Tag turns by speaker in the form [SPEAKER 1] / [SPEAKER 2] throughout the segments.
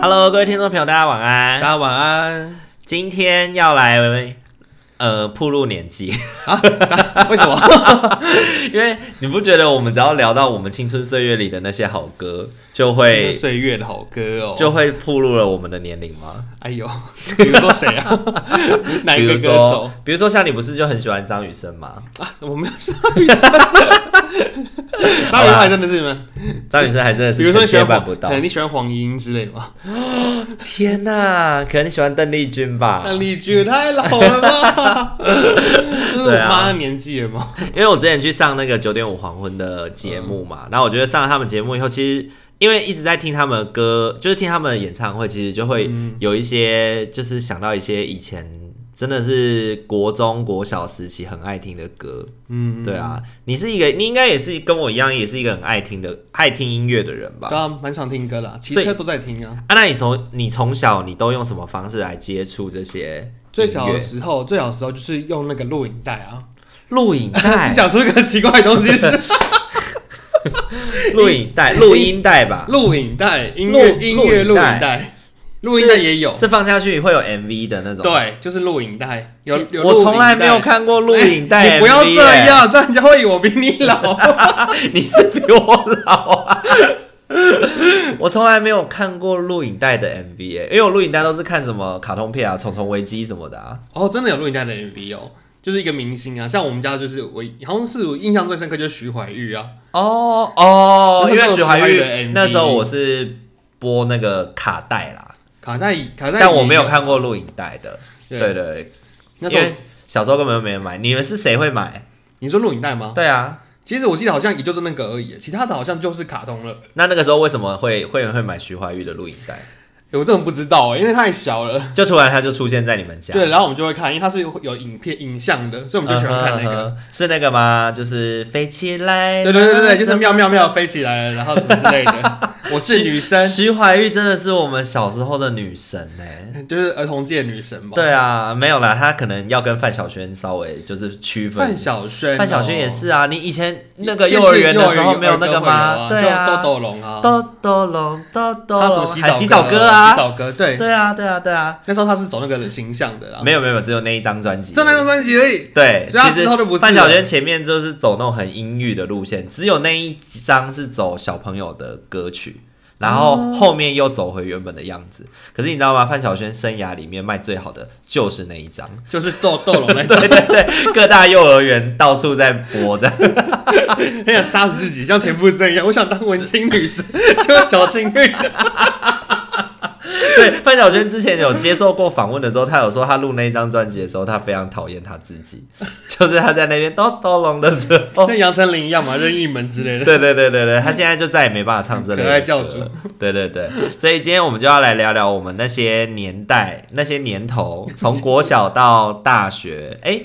[SPEAKER 1] Hello，各位听众朋友，大家晚
[SPEAKER 2] 大
[SPEAKER 1] 安。
[SPEAKER 2] 家晚安
[SPEAKER 1] 今天要来呃铺路年纪，
[SPEAKER 2] 啊？大为什么？
[SPEAKER 1] 因为你不觉得我们只要聊到我们青春岁月里的那些好歌，就会
[SPEAKER 2] 岁月的好歌哦。
[SPEAKER 1] 就会铺路了我们的年龄吗？
[SPEAKER 2] 哎呦，比如说谁 啊？哪
[SPEAKER 1] 比
[SPEAKER 2] 一个
[SPEAKER 1] 如
[SPEAKER 2] 歌手
[SPEAKER 1] 说？，比如说像你不是就很喜欢张雨生吗？
[SPEAKER 2] 啊我没有 张雨生，张雨生还真的是你们。
[SPEAKER 1] 张雨生还真的
[SPEAKER 2] 比
[SPEAKER 1] 是
[SPEAKER 2] 如说
[SPEAKER 1] 臣
[SPEAKER 2] 你喜
[SPEAKER 1] 妾
[SPEAKER 2] 欢
[SPEAKER 1] 办
[SPEAKER 2] 黄，哎
[SPEAKER 1] 不到
[SPEAKER 2] 可。能你喜欢黄莺之类的吗？
[SPEAKER 1] 天哪、可能你喜欢邓丽君吧？
[SPEAKER 2] 那李俊太老了 吧？这是我
[SPEAKER 1] 对啊
[SPEAKER 2] 妈的年纪了吗？
[SPEAKER 1] 因为我之前去上那个九点五黄昏的节目
[SPEAKER 2] 嗯
[SPEAKER 1] 嘛，然后我觉得上了他们节目以后，其实因为一直在听他们的歌，就是听他们的演唱会，其实就会
[SPEAKER 2] 嗯
[SPEAKER 1] 有一些就是想到一些以前真的是国中国小时期很爱听的歌。
[SPEAKER 2] 嗯，
[SPEAKER 1] 对啊，你是一个，你应该也是跟我一样，也是一个很爱听的爱听音乐的人吧？
[SPEAKER 2] 对啊，蛮常听歌的啊，骑
[SPEAKER 1] 所以
[SPEAKER 2] 车都在听啊。
[SPEAKER 1] 啊，那你从你从小你都用什么方式来接触这些
[SPEAKER 2] 最小
[SPEAKER 1] 音
[SPEAKER 2] 的
[SPEAKER 1] 乐
[SPEAKER 2] 时候，最小的时候就是用那个录影带啊。
[SPEAKER 1] 录影
[SPEAKER 2] 你
[SPEAKER 1] 带、
[SPEAKER 2] 讲出一个奇怪的东西，
[SPEAKER 1] 录影带、录音带吧？
[SPEAKER 2] 录影带、音乐
[SPEAKER 1] 录
[SPEAKER 2] 音乐录
[SPEAKER 1] 录影带
[SPEAKER 2] 影带，录影带也有，
[SPEAKER 1] 是放下去会有 MV 的那种。
[SPEAKER 2] 对，就是录影带有有。
[SPEAKER 1] 我从来没有，看过录影带、
[SPEAKER 2] 你不要这，样，这样人家会以为我比你老。
[SPEAKER 1] 你是比我老啊！ 我从来没有看过录影带的 MV，、欸、因为我录影带都是看什么卡通片啊、虫虫危机什么的啊。
[SPEAKER 2] 哦，真的有录影带的 MV 哦，就是一个明星啊，像我们家就是我，好像是我印象最深刻就是徐怀钰啊，
[SPEAKER 1] 哦哦，因
[SPEAKER 2] 那
[SPEAKER 1] 为
[SPEAKER 2] 时候
[SPEAKER 1] 徐怀
[SPEAKER 2] 徐怀钰的
[SPEAKER 1] 钰
[SPEAKER 2] MV
[SPEAKER 1] 那时候我是播那个卡带啦，
[SPEAKER 2] 卡带卡带，
[SPEAKER 1] 但我没有，看过录影带的。
[SPEAKER 2] 对
[SPEAKER 1] 对对对，
[SPEAKER 2] 那时
[SPEAKER 1] 因
[SPEAKER 2] 候
[SPEAKER 1] 为小时候根本就没人买，你们是谁会买？
[SPEAKER 2] 你说录影带吗？
[SPEAKER 1] 对啊，
[SPEAKER 2] 其实我记得好像也就是那个而已，其他的好像就是卡通了。
[SPEAKER 1] 那那个时候为什么会会会买徐怀钰的录影带？
[SPEAKER 2] 欸我真的不知道、欸，因为太小了。
[SPEAKER 1] 就突然他就出现在你们家，
[SPEAKER 2] 对，然后我们就会看，因为它是有有影片影像的，所以我们就喜欢看那个。
[SPEAKER 1] 嗯哼嗯哼是那个吗？就是飞起来。
[SPEAKER 2] 对对对对，就是妙妙妙飞起来了，然后怎么之类的。我是女生，
[SPEAKER 1] 徐怀钰真的是我们小时候的女神哎、
[SPEAKER 2] 就是儿童界女神嘛。，
[SPEAKER 1] 对啊，没有啦，她可能要跟范晓�萱稍微就是区分。
[SPEAKER 2] 范晓萱哦，
[SPEAKER 1] 范晓萱也是啊，你以前那个
[SPEAKER 2] 其实
[SPEAKER 1] 幼
[SPEAKER 2] 幼
[SPEAKER 1] 儿园的时候没
[SPEAKER 2] 有
[SPEAKER 1] 那
[SPEAKER 2] 儿
[SPEAKER 1] 个
[SPEAKER 2] 歌会
[SPEAKER 1] 吗？
[SPEAKER 2] 有
[SPEAKER 1] 对
[SPEAKER 2] 啊，就豆
[SPEAKER 1] 啊，
[SPEAKER 2] 豆龙啊，
[SPEAKER 1] 豆豆龙豆豆
[SPEAKER 2] 他什么
[SPEAKER 1] 龙，还洗澡歌
[SPEAKER 2] 歌洗
[SPEAKER 1] 啊？
[SPEAKER 2] 澡歌对。
[SPEAKER 1] 对啊，对啊，对啊。
[SPEAKER 2] 那时候他是走那个形象的啦，
[SPEAKER 1] 没有没有，只有那一张专辑。
[SPEAKER 2] 就那张专辑而已。
[SPEAKER 1] 对，
[SPEAKER 2] 所以他
[SPEAKER 1] 其实
[SPEAKER 2] 之后就不是
[SPEAKER 1] 范
[SPEAKER 2] 了
[SPEAKER 1] 晓萱前面就是走那种很阴郁的路线，只有那一张是走小朋友的歌曲，然后后面又走回原本的样子。可是你知道吗？范晓萱生涯里面卖最好的就是那一张，
[SPEAKER 2] 就是豆豆龙那张，
[SPEAKER 1] 对对对，各大幼儿园到处在播这样。
[SPEAKER 2] 很想杀死自己，像田馥甄一样。我想当文青女神，就小幸运。
[SPEAKER 1] 对，范晓萱之前有接受过访问的时候，她有说她录那一张专辑的时候，她非常讨厌她自己，就是她在那边哆哆隆的时候。
[SPEAKER 2] 像杨丞琳一样嘛，任意门之类的。
[SPEAKER 1] 对对对对对，他现在就再也没办法唱这类的
[SPEAKER 2] 可爱教主
[SPEAKER 1] 歌了。对对对，所以今天我们就要来聊聊我们那些年代、那些年头，从国小到 大学，哎，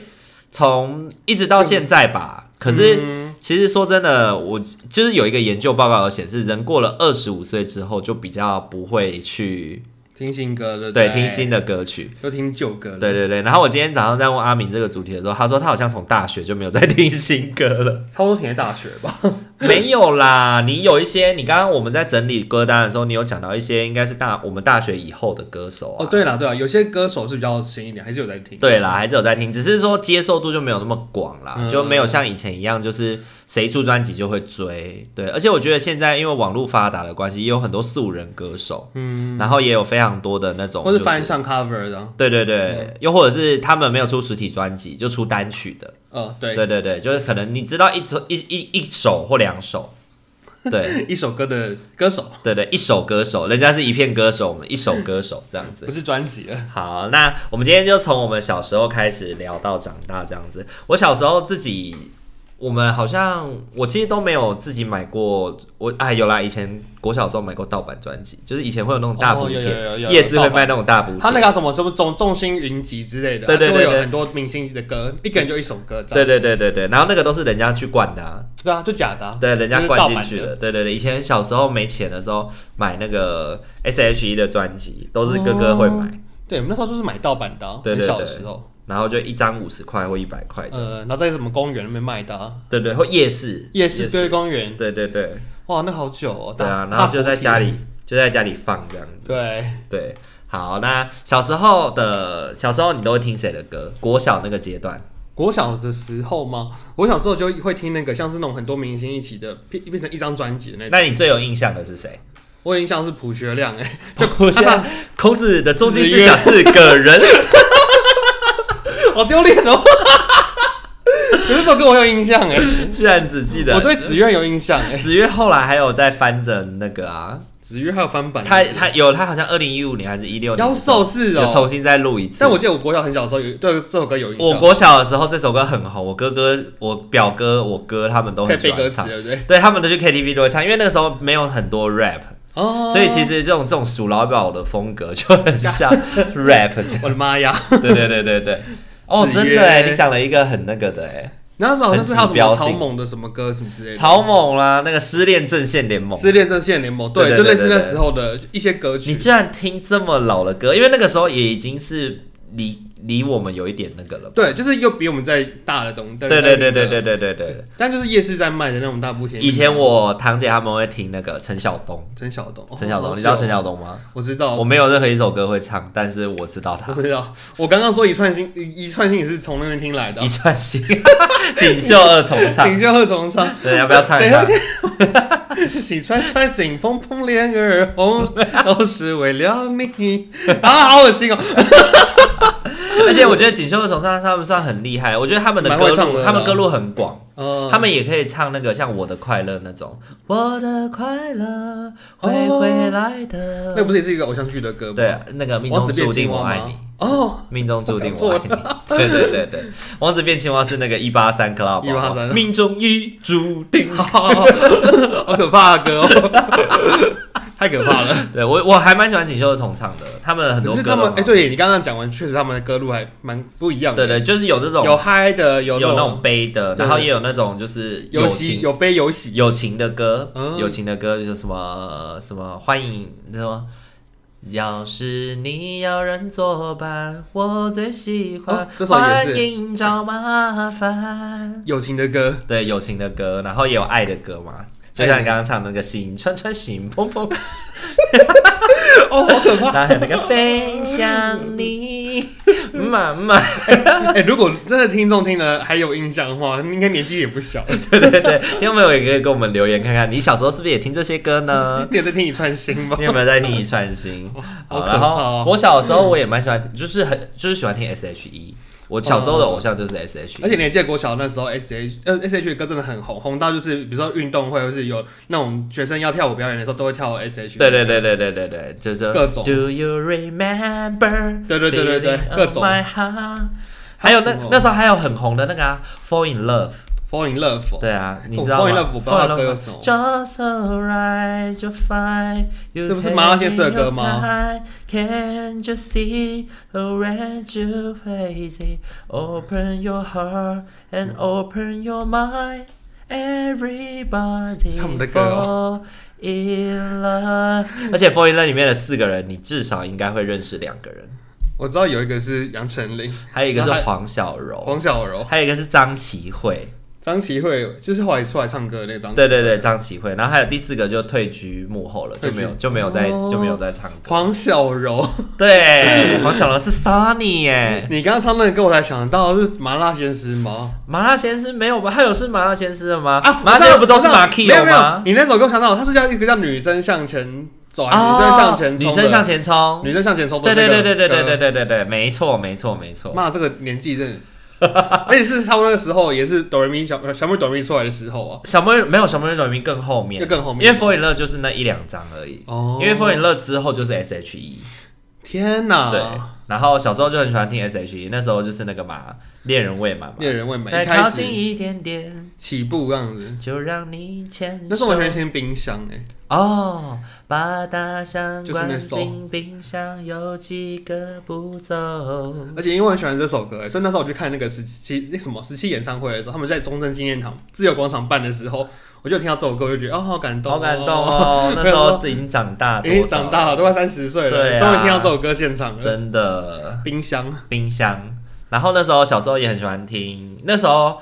[SPEAKER 1] 从一直到现在吧。可是
[SPEAKER 2] 嗯
[SPEAKER 1] 其实说真的，我就是有一个研究报告有显示，人过了二十五岁之后，就比较不会去
[SPEAKER 2] 听新歌对不
[SPEAKER 1] 对
[SPEAKER 2] 对，
[SPEAKER 1] 听新的歌曲。
[SPEAKER 2] 就听旧歌了。
[SPEAKER 1] 对对对，然后我今天早上在问阿明这个主题的时候，他说他好像从大学就没有在听新歌了。
[SPEAKER 2] 差不多填大学吧。
[SPEAKER 1] 没有啦，你有一些，你刚刚我们在整理歌单的时候，你有讲到一些应该是大我们大学以后的歌手啊。
[SPEAKER 2] 哦，对了对了，有些歌手是比较新一点，还是有在听。
[SPEAKER 1] 对啦，还是有在听，只是说接受度就没有那么广啦，
[SPEAKER 2] 嗯
[SPEAKER 1] 就没有像以前一样，就是谁出专辑就会追。对，而且我觉得现在因为网络发达的关系，也有很多素人歌手，嗯，然后也有非常多的那种、
[SPEAKER 2] 或
[SPEAKER 1] 就是
[SPEAKER 2] 翻唱 cover 的，
[SPEAKER 1] 对
[SPEAKER 2] 嗯
[SPEAKER 1] 对对，又或者是他们没有出实体专辑，就出单曲的。
[SPEAKER 2] 呃，对，
[SPEAKER 1] 对对对，就是可能你知道一首一一一首或两首，对。
[SPEAKER 2] 一首歌的歌手，
[SPEAKER 1] 对对，一首歌手，人家是一片歌手，我们一首歌手这样子
[SPEAKER 2] 不。是专辑了。
[SPEAKER 1] 好，那我们今天就从我们小时候开始聊到长大这样子。我小时候自己我们好像我其实都没有自己买过，我哎有啦，以前国小的时候买过盗版专辑，就是以前会有那种大补
[SPEAKER 2] 哦有有
[SPEAKER 1] 贴，
[SPEAKER 2] 有有有
[SPEAKER 1] 夜市
[SPEAKER 2] 盗
[SPEAKER 1] 会
[SPEAKER 2] 版
[SPEAKER 1] 卖那种大补贴，
[SPEAKER 2] 他那个什么什么众众星云集之类的，啊
[SPEAKER 1] 对对
[SPEAKER 2] 就会
[SPEAKER 1] 对
[SPEAKER 2] 有
[SPEAKER 1] 对
[SPEAKER 2] 很多明星的歌，一个人就一首歌，这样
[SPEAKER 1] 对对对对对，然后那个都是人家去灌的、啊，
[SPEAKER 2] 对啊，就假的啊，
[SPEAKER 1] 对，人家
[SPEAKER 2] 就是
[SPEAKER 1] 灌
[SPEAKER 2] 盗
[SPEAKER 1] 进
[SPEAKER 2] 版
[SPEAKER 1] 去
[SPEAKER 2] 的
[SPEAKER 1] 的。对对对，以前小时候没钱的时候买那个 S.H.E 的专辑，都是哥哥会买，
[SPEAKER 2] 对，我们那时候就是买盗版的啊，
[SPEAKER 1] 对对
[SPEAKER 2] 很小的
[SPEAKER 1] 对
[SPEAKER 2] 时候，
[SPEAKER 1] 然后就一张五十块或一百块，
[SPEAKER 2] 呃，然后在什么公园那边卖的啊，
[SPEAKER 1] 对对，或夜市，
[SPEAKER 2] 夜市对公园，
[SPEAKER 1] 对对对，
[SPEAKER 2] 哇，那好久哦，
[SPEAKER 1] 对啊，
[SPEAKER 2] 大
[SPEAKER 1] 然后就在家，
[SPEAKER 2] 大
[SPEAKER 1] 里就在家里放这样
[SPEAKER 2] 补贴对，
[SPEAKER 1] 对。好，那小时候的小时候你都会听谁的歌？国小那个阶段，
[SPEAKER 2] 国小的时候吗？我小时候就会听那个，像是那种很多明星一起的，变变成一张专辑的那种。
[SPEAKER 1] 那你最有印象的是谁？
[SPEAKER 2] 我有印象是朴学亮、欸， 哎，
[SPEAKER 1] 就我现在 孔子的中心思
[SPEAKER 2] 子曰
[SPEAKER 1] 想是个人，
[SPEAKER 2] 好丢脸哦！ 有一首歌我有印象、欸，哎，
[SPEAKER 1] 居然只记得
[SPEAKER 2] 我对子苑有印象、欸，哎，
[SPEAKER 1] 子越后来还有在翻着那个啊，
[SPEAKER 2] 子苑还有翻版的，
[SPEAKER 1] 他他有他好像二零一五年还是一六年
[SPEAKER 2] 妖
[SPEAKER 1] 的时候
[SPEAKER 2] 兽是
[SPEAKER 1] 有重
[SPEAKER 2] 哦。
[SPEAKER 1] 新再录一次。
[SPEAKER 2] 但我记得我国小很小的时候有对这首歌有印象，
[SPEAKER 1] 我国小的时候这首歌很红，我哥哥、我表哥、我哥他们都
[SPEAKER 2] 可以
[SPEAKER 1] 很喜
[SPEAKER 2] 背歌
[SPEAKER 1] 欢
[SPEAKER 2] 词，
[SPEAKER 1] 唱。
[SPEAKER 2] 对不对？
[SPEAKER 1] 对，他们都去 KTV 都会唱，因为那个时候没有很多 rap，、
[SPEAKER 2] 哦，
[SPEAKER 1] 所以其实这种这种鼠老表的风格就很像 rap 这样。
[SPEAKER 2] 哦我的妈呀，
[SPEAKER 1] 对对对对对。哦，
[SPEAKER 2] 子
[SPEAKER 1] 真
[SPEAKER 2] 曰
[SPEAKER 1] 的哎，你讲了一个很那个的哎，
[SPEAKER 2] 那时候好像是还有什
[SPEAKER 1] 很指标
[SPEAKER 2] 么
[SPEAKER 1] 性
[SPEAKER 2] 草蜢的什么歌什么之类的，
[SPEAKER 1] 草蜢啦，那个失恋阵线联盟，
[SPEAKER 2] 失恋阵线联盟，
[SPEAKER 1] 对
[SPEAKER 2] 对，
[SPEAKER 1] 对
[SPEAKER 2] 就
[SPEAKER 1] 对
[SPEAKER 2] 类似
[SPEAKER 1] 对
[SPEAKER 2] 那
[SPEAKER 1] 对
[SPEAKER 2] 时候的一些歌
[SPEAKER 1] 你
[SPEAKER 2] 曲。
[SPEAKER 1] 居然听这么老的歌，因为那个时候也已经是离离我们有一点那个了吧。
[SPEAKER 2] 对，就是又比我们在大的东，
[SPEAKER 1] 对对对对
[SPEAKER 2] 对
[SPEAKER 1] 对对对对。
[SPEAKER 2] 但就是夜市在卖的那种大补贴。
[SPEAKER 1] 以前我堂姐他们会听那个陈晓东，
[SPEAKER 2] 陈晓东，哦
[SPEAKER 1] 陈晓东，你知道陈？
[SPEAKER 2] 好哦
[SPEAKER 1] 晓东吗？
[SPEAKER 2] 久我知道，
[SPEAKER 1] 我
[SPEAKER 2] 我
[SPEAKER 1] 没有任何一首歌会唱，但是我知道他
[SPEAKER 2] 不知道。 我刚刚说一串星，一一串星也是从那边听来的
[SPEAKER 1] 一。串心，锦绣二重 唱。
[SPEAKER 2] 锦绣二重唱，
[SPEAKER 1] 对，要不要唱一
[SPEAKER 2] 谁
[SPEAKER 1] 下
[SPEAKER 2] 会？ 喜穿穿醒风风脸儿红，都是为了你。啊，好恶心哦！
[SPEAKER 1] 而且我觉得锦绣二重唱他们算很厉害，我觉得他们的
[SPEAKER 2] 蛮
[SPEAKER 1] 歌
[SPEAKER 2] 会唱的
[SPEAKER 1] 路，
[SPEAKER 2] 啦
[SPEAKER 1] 他们歌路很广，
[SPEAKER 2] 呃，
[SPEAKER 1] 他们也可以唱那个像《我的快乐》那种，《我的快乐会回来的》
[SPEAKER 2] 那不是也是一个偶像剧的歌吗？
[SPEAKER 1] 对，，啊那个命
[SPEAKER 2] 王
[SPEAKER 1] 中
[SPEAKER 2] 子变
[SPEAKER 1] 注定
[SPEAKER 2] 青
[SPEAKER 1] 我
[SPEAKER 2] 蛙
[SPEAKER 1] 爱
[SPEAKER 2] 吗
[SPEAKER 1] 你，？
[SPEAKER 2] 哦，
[SPEAKER 1] 命中注定我爱
[SPEAKER 2] 我
[SPEAKER 1] 你。对对对对，王子变青蛙是那个一八三 club，
[SPEAKER 2] 183
[SPEAKER 1] 命中已注定。
[SPEAKER 2] 好好可怕的歌哦， 太可怕了。
[SPEAKER 1] 对我我还蛮喜欢锦绣的重唱的，他们很多
[SPEAKER 2] 可是
[SPEAKER 1] 歌都
[SPEAKER 2] 他
[SPEAKER 1] 很
[SPEAKER 2] 们
[SPEAKER 1] 好。
[SPEAKER 2] 哎，对你刚刚讲完，确实他们的歌路还蛮不一样的。
[SPEAKER 1] 对对，就是有这种
[SPEAKER 2] 有嗨的，有
[SPEAKER 1] 有
[SPEAKER 2] 那
[SPEAKER 1] 那种悲的，
[SPEAKER 2] 对
[SPEAKER 1] 然后也有那种就是
[SPEAKER 2] 有喜
[SPEAKER 1] 情
[SPEAKER 2] 有悲有喜，
[SPEAKER 1] 友情的歌，
[SPEAKER 2] 嗯
[SPEAKER 1] 友情的歌就是什么什么欢迎什么。要是你要人作伴，我最喜欢。
[SPEAKER 2] 哦这首也是
[SPEAKER 1] 欢迎找麻烦。
[SPEAKER 2] 友情的歌。
[SPEAKER 1] 对友情的歌，然后也有爱的歌嘛，就像你刚刚唱那个心串串心砰砰，
[SPEAKER 2] 哦，好可怕！
[SPEAKER 1] 然后还有那个飞向你嗯啊妈妈，
[SPEAKER 2] 哎、如果真的听众听了还有印象的话，应该年纪也不小。
[SPEAKER 1] 对对对，你有没有也可以给我们留言看看，你小时候是不是也听这些歌呢？
[SPEAKER 2] 你有在听一串心吗
[SPEAKER 1] 你？有没有在听一串心？
[SPEAKER 2] 好
[SPEAKER 1] 好，
[SPEAKER 2] 可
[SPEAKER 1] 然
[SPEAKER 2] 怕哦
[SPEAKER 1] 后我小的时候我也蛮喜欢，就是很就是喜欢听 S H E，我小时候的偶像就是 S H
[SPEAKER 2] 而
[SPEAKER 1] E，
[SPEAKER 2] 且你还记得国小那时候 S H 呃 S H 的歌真的很红，红到就是比如说运动会或是有那种学生要跳舞表演的时候都会跳 S H。
[SPEAKER 1] 对对对对对对对，就是
[SPEAKER 2] 各种
[SPEAKER 1] Do you remember？
[SPEAKER 2] 对对对对对
[SPEAKER 1] feeling
[SPEAKER 2] 各种
[SPEAKER 1] of my heart 还有那
[SPEAKER 2] 还有什么
[SPEAKER 1] 那时候还有很红的那个啊，Fall in Love。
[SPEAKER 2] ，Fall in Love。哦
[SPEAKER 1] 对啊，你
[SPEAKER 2] 我
[SPEAKER 1] 知道吗
[SPEAKER 2] Fall in Love，我不知道
[SPEAKER 1] Fall in
[SPEAKER 2] 它歌
[SPEAKER 1] Love
[SPEAKER 2] 有什么
[SPEAKER 1] Just alright, you're fine. You
[SPEAKER 2] 这不是麻辣鲜师的歌吗
[SPEAKER 1] can you hide? Can't you see around you crazy? Open your heart and open your mind. Everybody
[SPEAKER 2] 是他们的歌哦
[SPEAKER 1] fall in love。而且 fall in love 里面的四个人，你至少应该会认识两个人，
[SPEAKER 2] 我知道有一个是杨丞琳、
[SPEAKER 1] 还有一个是
[SPEAKER 2] 然后还
[SPEAKER 1] 黄小柔，
[SPEAKER 2] 黄小柔、
[SPEAKER 1] 还有一个是张琪慧。
[SPEAKER 2] 张琪慧，就是后来出来唱歌的那个张。
[SPEAKER 1] 对对对，张启慧，然后还有第四个就退居幕后了，就
[SPEAKER 2] 退居
[SPEAKER 1] 没有就没有在、
[SPEAKER 2] 哦
[SPEAKER 1] 就没有在唱歌。
[SPEAKER 2] 黄小 柔，
[SPEAKER 1] 对，黄小柔是 Sunny 耶，
[SPEAKER 2] 你刚刚唱那个歌，我才想到是麻辣鲜师吗？
[SPEAKER 1] 麻辣鲜师没有吧？他有是麻辣鲜师的吗？
[SPEAKER 2] 啊，
[SPEAKER 1] 麻辣
[SPEAKER 2] 这
[SPEAKER 1] 鲜师不都是马
[SPEAKER 2] 马
[SPEAKER 1] k
[SPEAKER 2] 没有没有
[SPEAKER 1] 吗，？
[SPEAKER 2] 你那首歌我想到，它是叫一个叫女生向前走，还是
[SPEAKER 1] 哦
[SPEAKER 2] 女生向前冲的，
[SPEAKER 1] 女生向前冲，
[SPEAKER 2] 女生向前冲的
[SPEAKER 1] 哦对
[SPEAKER 2] 那个
[SPEAKER 1] 对
[SPEAKER 2] 歌。
[SPEAKER 1] 对对对对对对对对，没错没错没错。
[SPEAKER 2] 妈，这个年纪真的， 而且是差不多那个时候，也是哆瑞咪小小妹哆瑞咪出来的时候啊。
[SPEAKER 1] 小妹没有小妹短名更后面，
[SPEAKER 2] 又更后面
[SPEAKER 1] 因为 f o r i n Love 就是那一两张而已。
[SPEAKER 2] 哦
[SPEAKER 1] 因为 f o r i n Love 之后就是 S H E，
[SPEAKER 2] 天哪！
[SPEAKER 1] 对，然后小时候就很喜欢听 S.H.E，那时候就是那个嘛，恋人未满嘛，
[SPEAKER 2] 恋人未满
[SPEAKER 1] 再
[SPEAKER 2] 一开
[SPEAKER 1] 靠
[SPEAKER 2] 始
[SPEAKER 1] 近一点点，
[SPEAKER 2] 起步这样子。
[SPEAKER 1] 就让你牵手。
[SPEAKER 2] 那时候我全听冰箱哎、
[SPEAKER 1] 哦，把大象
[SPEAKER 2] 就是那
[SPEAKER 1] 关
[SPEAKER 2] 首
[SPEAKER 1] 进冰箱，有几个步骤？
[SPEAKER 2] 而且因为我很喜欢这首歌、欸，所以那时候我去看那个十七那什么十七演唱会的时候，他们在中正纪念堂自由广场办的时候，我就听到这首歌，我就觉得哦，好感动、
[SPEAKER 1] 好感动！哦！那时候已经长大
[SPEAKER 2] 已
[SPEAKER 1] 多少，
[SPEAKER 2] 经长大了，都快三十岁
[SPEAKER 1] 对
[SPEAKER 2] 了，
[SPEAKER 1] 啊
[SPEAKER 2] 终于、听到这首歌现场了。
[SPEAKER 1] 真的
[SPEAKER 2] 冰箱，
[SPEAKER 1] 冰箱。然后那时候小时候也很喜欢听，那时候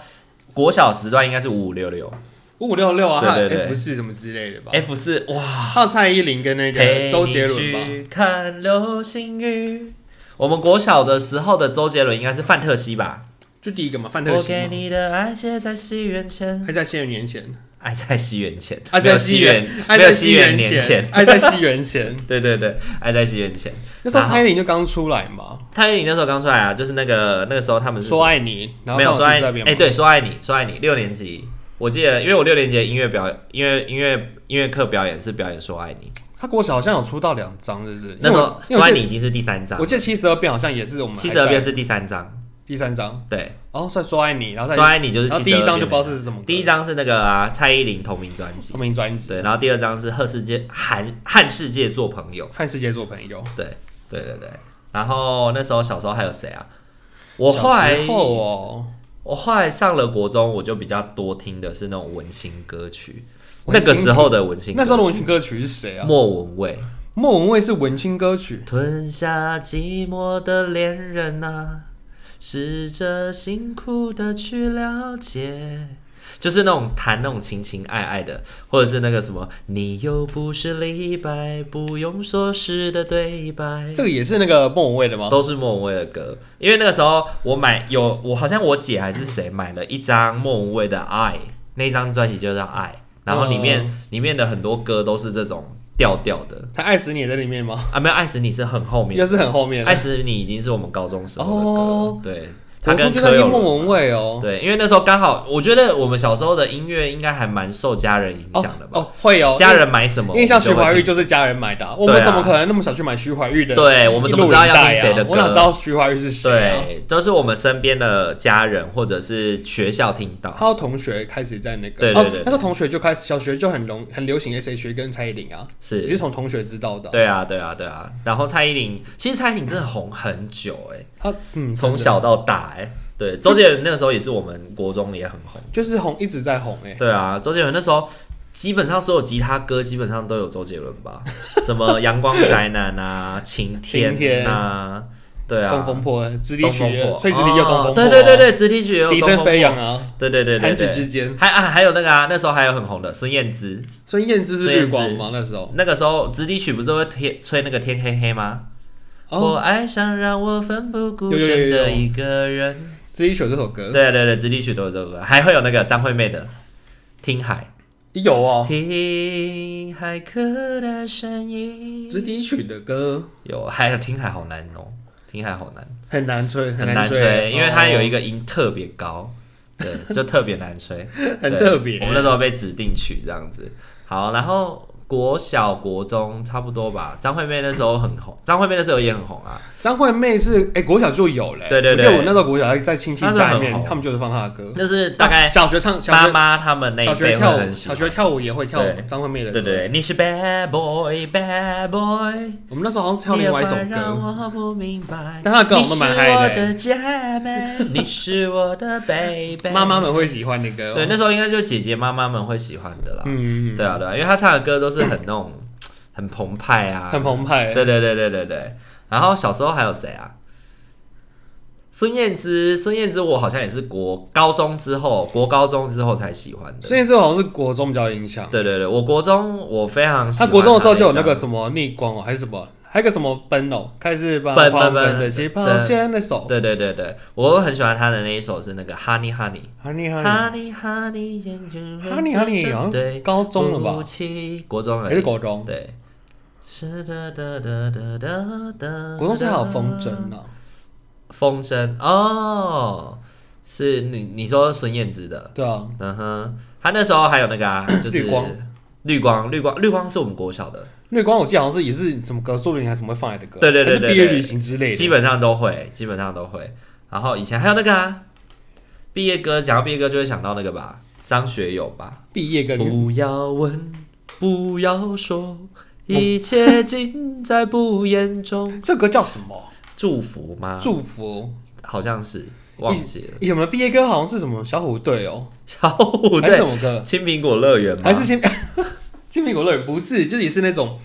[SPEAKER 1] 国小时段应该是五五六六
[SPEAKER 2] 五五六六啊，还有
[SPEAKER 1] 对对对
[SPEAKER 2] F 四什么之类的吧。
[SPEAKER 1] F 四哇，
[SPEAKER 2] 还有蔡依林跟那
[SPEAKER 1] 陪
[SPEAKER 2] 个周
[SPEAKER 1] 你
[SPEAKER 2] 杰伦吧，
[SPEAKER 1] 去看流星雨。我们国小的时候的周杰伦应该是范特西吧？
[SPEAKER 2] 就第一个嘛，范特
[SPEAKER 1] 我
[SPEAKER 2] 西
[SPEAKER 1] 给
[SPEAKER 2] 嘛，
[SPEAKER 1] 你的爱写在西元前，
[SPEAKER 2] 还在西元年前，
[SPEAKER 1] 爱在西元前，
[SPEAKER 2] 爱
[SPEAKER 1] 没有
[SPEAKER 2] 在
[SPEAKER 1] 西
[SPEAKER 2] 西
[SPEAKER 1] 元
[SPEAKER 2] 元，，爱
[SPEAKER 1] 没有
[SPEAKER 2] 在
[SPEAKER 1] 西
[SPEAKER 2] 元
[SPEAKER 1] 年前。
[SPEAKER 2] 爱在西元 前。
[SPEAKER 1] 对对对，爱在西元前。
[SPEAKER 2] 那时候
[SPEAKER 1] 然后
[SPEAKER 2] 蔡依林就刚出来嘛，
[SPEAKER 1] 蔡依林那时候刚出来啊，就是那个那个时候他们是什么
[SPEAKER 2] 说爱你，然后
[SPEAKER 1] 没有说爱
[SPEAKER 2] 那
[SPEAKER 1] 你，
[SPEAKER 2] 边
[SPEAKER 1] 哎、对，说爱你，说爱你，六年级，我记得，因为我六年级的音乐表，音乐音乐音乐课表演是表演说爱你，
[SPEAKER 2] 他国小好像有出到两张，是不是？
[SPEAKER 1] 那时候
[SPEAKER 2] 因为
[SPEAKER 1] 说
[SPEAKER 2] 我
[SPEAKER 1] 爱
[SPEAKER 2] 因
[SPEAKER 1] 你
[SPEAKER 2] 为
[SPEAKER 1] 已经是第三章
[SPEAKER 2] 我记得我，记得七十二变好像也是我们
[SPEAKER 1] 七十二
[SPEAKER 2] 还
[SPEAKER 1] 变
[SPEAKER 2] 在
[SPEAKER 1] 是第三章，
[SPEAKER 2] 第三张，
[SPEAKER 1] 对，
[SPEAKER 2] 哦，算说爱你，然后
[SPEAKER 1] 说
[SPEAKER 2] 再
[SPEAKER 1] 爱你就是
[SPEAKER 2] 然后第
[SPEAKER 1] 七十
[SPEAKER 2] 一
[SPEAKER 1] 二
[SPEAKER 2] 张就不知道
[SPEAKER 1] 变，
[SPEAKER 2] 是什么歌，
[SPEAKER 1] 第一张是那个啊蔡依林同名专辑，
[SPEAKER 2] 同名专辑，
[SPEAKER 1] 对，然后第二张是和世界韩汉世界做朋友，
[SPEAKER 2] 和世界做朋友。
[SPEAKER 1] 对对对，然后那时候小时候还有谁啊？我后
[SPEAKER 2] 小
[SPEAKER 1] 来
[SPEAKER 2] 时候哦，
[SPEAKER 1] 我后来上了国中，我就比较多听的是那种文青歌曲。
[SPEAKER 2] 文青
[SPEAKER 1] 那个时候的文青歌
[SPEAKER 2] 那
[SPEAKER 1] 曲，
[SPEAKER 2] 时候的文青歌曲是谁啊？
[SPEAKER 1] 莫文蔚
[SPEAKER 2] 莫文蔚是文青歌曲，
[SPEAKER 1] 吞下寂寞的恋人啊，试着辛苦的去了解。就是那种谈那种情情爱爱的，或者是那个什么，你又不是李白，不用说是的对白，
[SPEAKER 2] 这个也是那个莫文蔚的吗？
[SPEAKER 1] 都是莫文蔚的歌。因为那个时候我买有我好像我姐还是谁买了一张莫文蔚的《爱》，那张专辑就叫《爱》，然后里
[SPEAKER 2] 哦
[SPEAKER 1] 面、里面的很多歌都是这种调调的
[SPEAKER 2] 他爱死你也在里面吗？
[SPEAKER 1] 啊，没有《爱死你》是很后面
[SPEAKER 2] 应该是很后面
[SPEAKER 1] 爱
[SPEAKER 2] 的。
[SPEAKER 1] 死你已经是我们高中时候的歌，
[SPEAKER 2] 哦
[SPEAKER 1] 对，他
[SPEAKER 2] 我
[SPEAKER 1] 跟
[SPEAKER 2] 中就在
[SPEAKER 1] 柯
[SPEAKER 2] 听
[SPEAKER 1] 有
[SPEAKER 2] 莫文蔚哦。
[SPEAKER 1] 对，因为那时候刚好，我觉得我们小时候的音乐应该还蛮受家人影
[SPEAKER 2] 哦
[SPEAKER 1] 响的吧，
[SPEAKER 2] 哦，会哦，
[SPEAKER 1] 家人买什
[SPEAKER 2] 因
[SPEAKER 1] 么，
[SPEAKER 2] 为因为像徐怀钰
[SPEAKER 1] 就
[SPEAKER 2] 就是家人买的啊，我
[SPEAKER 1] 对啊
[SPEAKER 2] 们怎么可能那么小去买徐怀钰的？
[SPEAKER 1] 会听对，啊我
[SPEAKER 2] 我
[SPEAKER 1] 们怎么知道要听谁的歌？
[SPEAKER 2] 我哪知道徐怀钰是谁啊？
[SPEAKER 1] 对，都是我们身边的家人或者是学校听到。
[SPEAKER 2] 他有同学开始在那个，
[SPEAKER 1] 对对对
[SPEAKER 2] 哦，那时候同学就开始，小学就很容很流行 S H 跟蔡依林啊，也是
[SPEAKER 1] 是，
[SPEAKER 2] 从同学知道的啊。
[SPEAKER 1] 对啊，对啊，对啊。然后蔡依林，其实蔡依林真的红很久哎、
[SPEAKER 2] 他嗯，
[SPEAKER 1] 从
[SPEAKER 2] 真的
[SPEAKER 1] 小到大哎、对，周杰伦那个时候也是我们国中也很红。
[SPEAKER 2] 就是红，一直在红哎。
[SPEAKER 1] 对啊，周杰伦那时候基本上所有吉他歌基本上都有周杰伦吧，什么《阳光宅男》啊，《晴天》
[SPEAKER 2] 晴天
[SPEAKER 1] 啊，对啊，
[SPEAKER 2] 东风破，直立曲也，
[SPEAKER 1] 破，
[SPEAKER 2] 所以直立也有东
[SPEAKER 1] 哦
[SPEAKER 2] 风破，啊
[SPEAKER 1] 对对对，对，直体曲也有
[SPEAKER 2] 笛
[SPEAKER 1] 东风
[SPEAKER 2] 声
[SPEAKER 1] 破，
[SPEAKER 2] 飞扬啊，
[SPEAKER 1] 对对对对
[SPEAKER 2] 弹指
[SPEAKER 1] 对。
[SPEAKER 2] 之间。
[SPEAKER 1] 还啊，还有那个啊，那时候还有很红的孙燕姿，
[SPEAKER 2] 孙燕姿是
[SPEAKER 1] 孙
[SPEAKER 2] 绿
[SPEAKER 1] 燕姿
[SPEAKER 2] 光吗？那时候
[SPEAKER 1] 那个时候直笛曲不是会贴吹那个天黑黑吗？我爱上让我奋不顾
[SPEAKER 2] 哦有有有
[SPEAKER 1] 身
[SPEAKER 2] 有
[SPEAKER 1] 的一个人。
[SPEAKER 2] 自己选这首歌，
[SPEAKER 1] 对对对，直笛曲都有这首歌，还会有那个张惠妹的《听海
[SPEAKER 2] 有》，哦，
[SPEAKER 1] 听海客的声音。
[SPEAKER 2] 直笛曲的歌
[SPEAKER 1] 有，还有听海好难哦，听海好难，
[SPEAKER 2] 很难吹，哦
[SPEAKER 1] 很
[SPEAKER 2] 难
[SPEAKER 1] 难吹，因为它有一
[SPEAKER 2] 个
[SPEAKER 1] 个音特别高，对，就特别难吹，
[SPEAKER 2] 很
[SPEAKER 1] 对
[SPEAKER 2] 特
[SPEAKER 1] 我
[SPEAKER 2] 别
[SPEAKER 1] 们。那时候被指定曲这样子。好，然后国小、国中差不多吧。张惠妹那时候很红，张惠妹那时候也很红啊。
[SPEAKER 2] 张惠妹是哎国小就有嘞，
[SPEAKER 1] 对对对
[SPEAKER 2] 我记得我那时候国小在在亲戚
[SPEAKER 1] 那时候
[SPEAKER 2] 家里
[SPEAKER 1] 很
[SPEAKER 2] 面
[SPEAKER 1] 红，
[SPEAKER 2] 他们就是放她的歌，
[SPEAKER 1] 那是大概
[SPEAKER 2] 哦小学唱小
[SPEAKER 1] 妈
[SPEAKER 2] 学
[SPEAKER 1] 妈他们那
[SPEAKER 2] 小
[SPEAKER 1] 一
[SPEAKER 2] 学
[SPEAKER 1] 辈
[SPEAKER 2] 跳
[SPEAKER 1] 会
[SPEAKER 2] 舞，
[SPEAKER 1] 很喜
[SPEAKER 2] 小
[SPEAKER 1] 欢。
[SPEAKER 2] 学跳舞也会跳
[SPEAKER 1] 对
[SPEAKER 2] 张惠妹的
[SPEAKER 1] 对
[SPEAKER 2] 歌。
[SPEAKER 1] 对对，你是 bad boy，bad boy，
[SPEAKER 2] 我们那时候好像是跳另外一首
[SPEAKER 1] 你会
[SPEAKER 2] 歌，
[SPEAKER 1] 让我不明白。
[SPEAKER 2] 但她的歌我们都蛮嗨的
[SPEAKER 1] 你是我的姐妹，你是我的 baby。
[SPEAKER 2] 妈妈们会喜欢的歌哦。
[SPEAKER 1] 对，那时候应该就是姐姐妈妈们会喜欢的啦。
[SPEAKER 2] 嗯，嗯，
[SPEAKER 1] 对啊，对啊，因为她唱的歌都是很那种很澎湃啊，
[SPEAKER 2] 嗯很澎湃。
[SPEAKER 1] 对对对对对对。然后小时候还有谁啊？孙燕姿，孙燕姿，我好像也是国高中之后，国高中之后才喜欢的。
[SPEAKER 2] 孙燕姿好像是国中比较有影响。
[SPEAKER 1] 对对对，我国中我非常喜
[SPEAKER 2] 他
[SPEAKER 1] 欢
[SPEAKER 2] 国中的时候就有那
[SPEAKER 1] 她一张
[SPEAKER 2] 个什么逆光哦，还是什么，还有个什么奔哦，开始把
[SPEAKER 1] 奔
[SPEAKER 2] 狂
[SPEAKER 1] 奔奔
[SPEAKER 2] 的起跑线那首。
[SPEAKER 1] 对对对对，我很喜欢她的那一首是那个 Honey Honey。
[SPEAKER 2] Honey Honey
[SPEAKER 1] Honey Honey，眼睛
[SPEAKER 2] Honey Honey，好
[SPEAKER 1] 对
[SPEAKER 2] 像，高中了
[SPEAKER 1] 不
[SPEAKER 2] 吧？
[SPEAKER 1] 起？国中而
[SPEAKER 2] 还
[SPEAKER 1] 已
[SPEAKER 2] 是。国中？
[SPEAKER 1] 对。是的的的的的的。
[SPEAKER 2] 国中是还有风筝呢。
[SPEAKER 1] 风筝哦，是你你说孙燕姿的，
[SPEAKER 2] 对啊，
[SPEAKER 1] 嗯哼，她那时候还有那个啊，就是
[SPEAKER 2] 绿光
[SPEAKER 1] 绿光，绿光，绿光是我们国小的，
[SPEAKER 2] 绿光我记得好像是也是什么歌，说不定还是什么会放你的歌，
[SPEAKER 1] 对对对
[SPEAKER 2] 还是
[SPEAKER 1] 对
[SPEAKER 2] 毕业
[SPEAKER 1] 对
[SPEAKER 2] 旅行之类的，
[SPEAKER 1] 基本上都会，基本上都会。然后以前还有那个啊，毕业歌，讲到毕业歌就会想到那个吧，张学友吧。
[SPEAKER 2] 毕业歌你
[SPEAKER 1] 不要问，不要说，
[SPEAKER 2] 嗯
[SPEAKER 1] 一切尽在不言中。
[SPEAKER 2] 这歌叫什么？
[SPEAKER 1] 祝福吗？
[SPEAKER 2] 祝福。
[SPEAKER 1] 好像是忘记了。
[SPEAKER 2] 以前我们的毕业歌好像是什么小虎队哦，
[SPEAKER 1] 小虎
[SPEAKER 2] 还是
[SPEAKER 1] 队啊
[SPEAKER 2] 什，么歌？
[SPEAKER 1] 青苹果乐园吗？
[SPEAKER 2] 还是新 金苹果乐园？不是，就是也是那种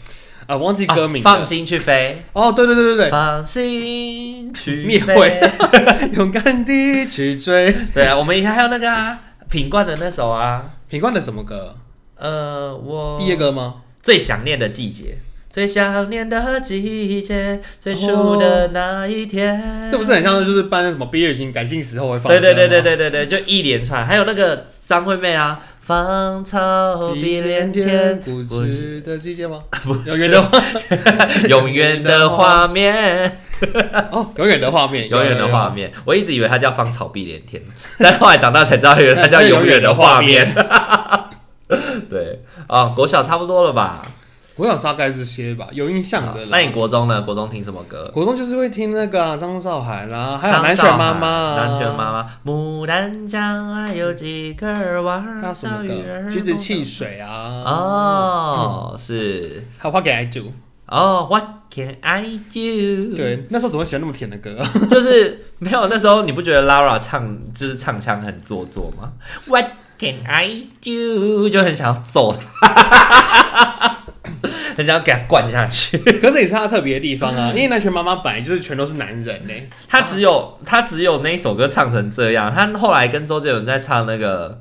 [SPEAKER 2] 啊、忘记
[SPEAKER 1] 啊
[SPEAKER 2] 歌名了、
[SPEAKER 1] 放心去飞，
[SPEAKER 2] 哦，对对对对
[SPEAKER 1] 放心去
[SPEAKER 2] 灭
[SPEAKER 1] 飞。
[SPEAKER 2] 对，勇敢地去追。
[SPEAKER 1] 对啊，我们以前还有那个啊，品冠的那首啊，
[SPEAKER 2] 品冠的什么歌？
[SPEAKER 1] 呃，我
[SPEAKER 2] 毕业歌吗？
[SPEAKER 1] 最想念的季节，最想念的季节，最初的那一天。
[SPEAKER 2] 哦这不是很像就是办那什么毕业旅行感性时候会放的
[SPEAKER 1] 对
[SPEAKER 2] 歌吗？
[SPEAKER 1] 对对对对对对，就一连串，还有那个张惠妹啊，芳草碧连天，
[SPEAKER 2] 古
[SPEAKER 1] 我
[SPEAKER 2] 驰的季节吗？永远的
[SPEAKER 1] 永远的画面，
[SPEAKER 2] 哦，永远的画面，
[SPEAKER 1] 永远的画
[SPEAKER 2] 面。
[SPEAKER 1] 面。我一直以为它叫芳草碧连天，但后来长大才知道，原来它叫
[SPEAKER 2] 那那
[SPEAKER 1] 永
[SPEAKER 2] 永
[SPEAKER 1] 远
[SPEAKER 2] 远
[SPEAKER 1] 的
[SPEAKER 2] 的
[SPEAKER 1] 画
[SPEAKER 2] 画
[SPEAKER 1] 面
[SPEAKER 2] 面。
[SPEAKER 1] 对啊，国小差不多了吧？
[SPEAKER 2] 我想大概这些吧，有印象
[SPEAKER 1] 啊
[SPEAKER 2] 的啦。
[SPEAKER 1] 那你国中呢？国中听什么歌？
[SPEAKER 2] 国中就是会听那个啊张、韶涵啦，还有
[SPEAKER 1] 张
[SPEAKER 2] 南
[SPEAKER 1] 韶
[SPEAKER 2] 拳
[SPEAKER 1] 涵
[SPEAKER 2] 妈妈啊，
[SPEAKER 1] 南拳妈妈，牡丹江还有几个娃儿，
[SPEAKER 2] 还有什么
[SPEAKER 1] 小鱼儿
[SPEAKER 2] 歌？橘子汽水啊，
[SPEAKER 1] 哦，是
[SPEAKER 2] 还有 What Can I Do？
[SPEAKER 1] 哦，What can I do？，
[SPEAKER 2] 对，那时候怎么会喜欢那么甜的歌？
[SPEAKER 1] 就是没有那时候你不觉得 Lara 唱就是唱腔很做作吗？What can I do？就很想要揍他， 很想要给他灌下去。
[SPEAKER 2] 可是也是他特别的地方啊，因为南拳妈妈本来就是全都是男人呢、
[SPEAKER 1] 他只有他只有那一首歌唱成这样，他后来跟周杰伦在唱那个。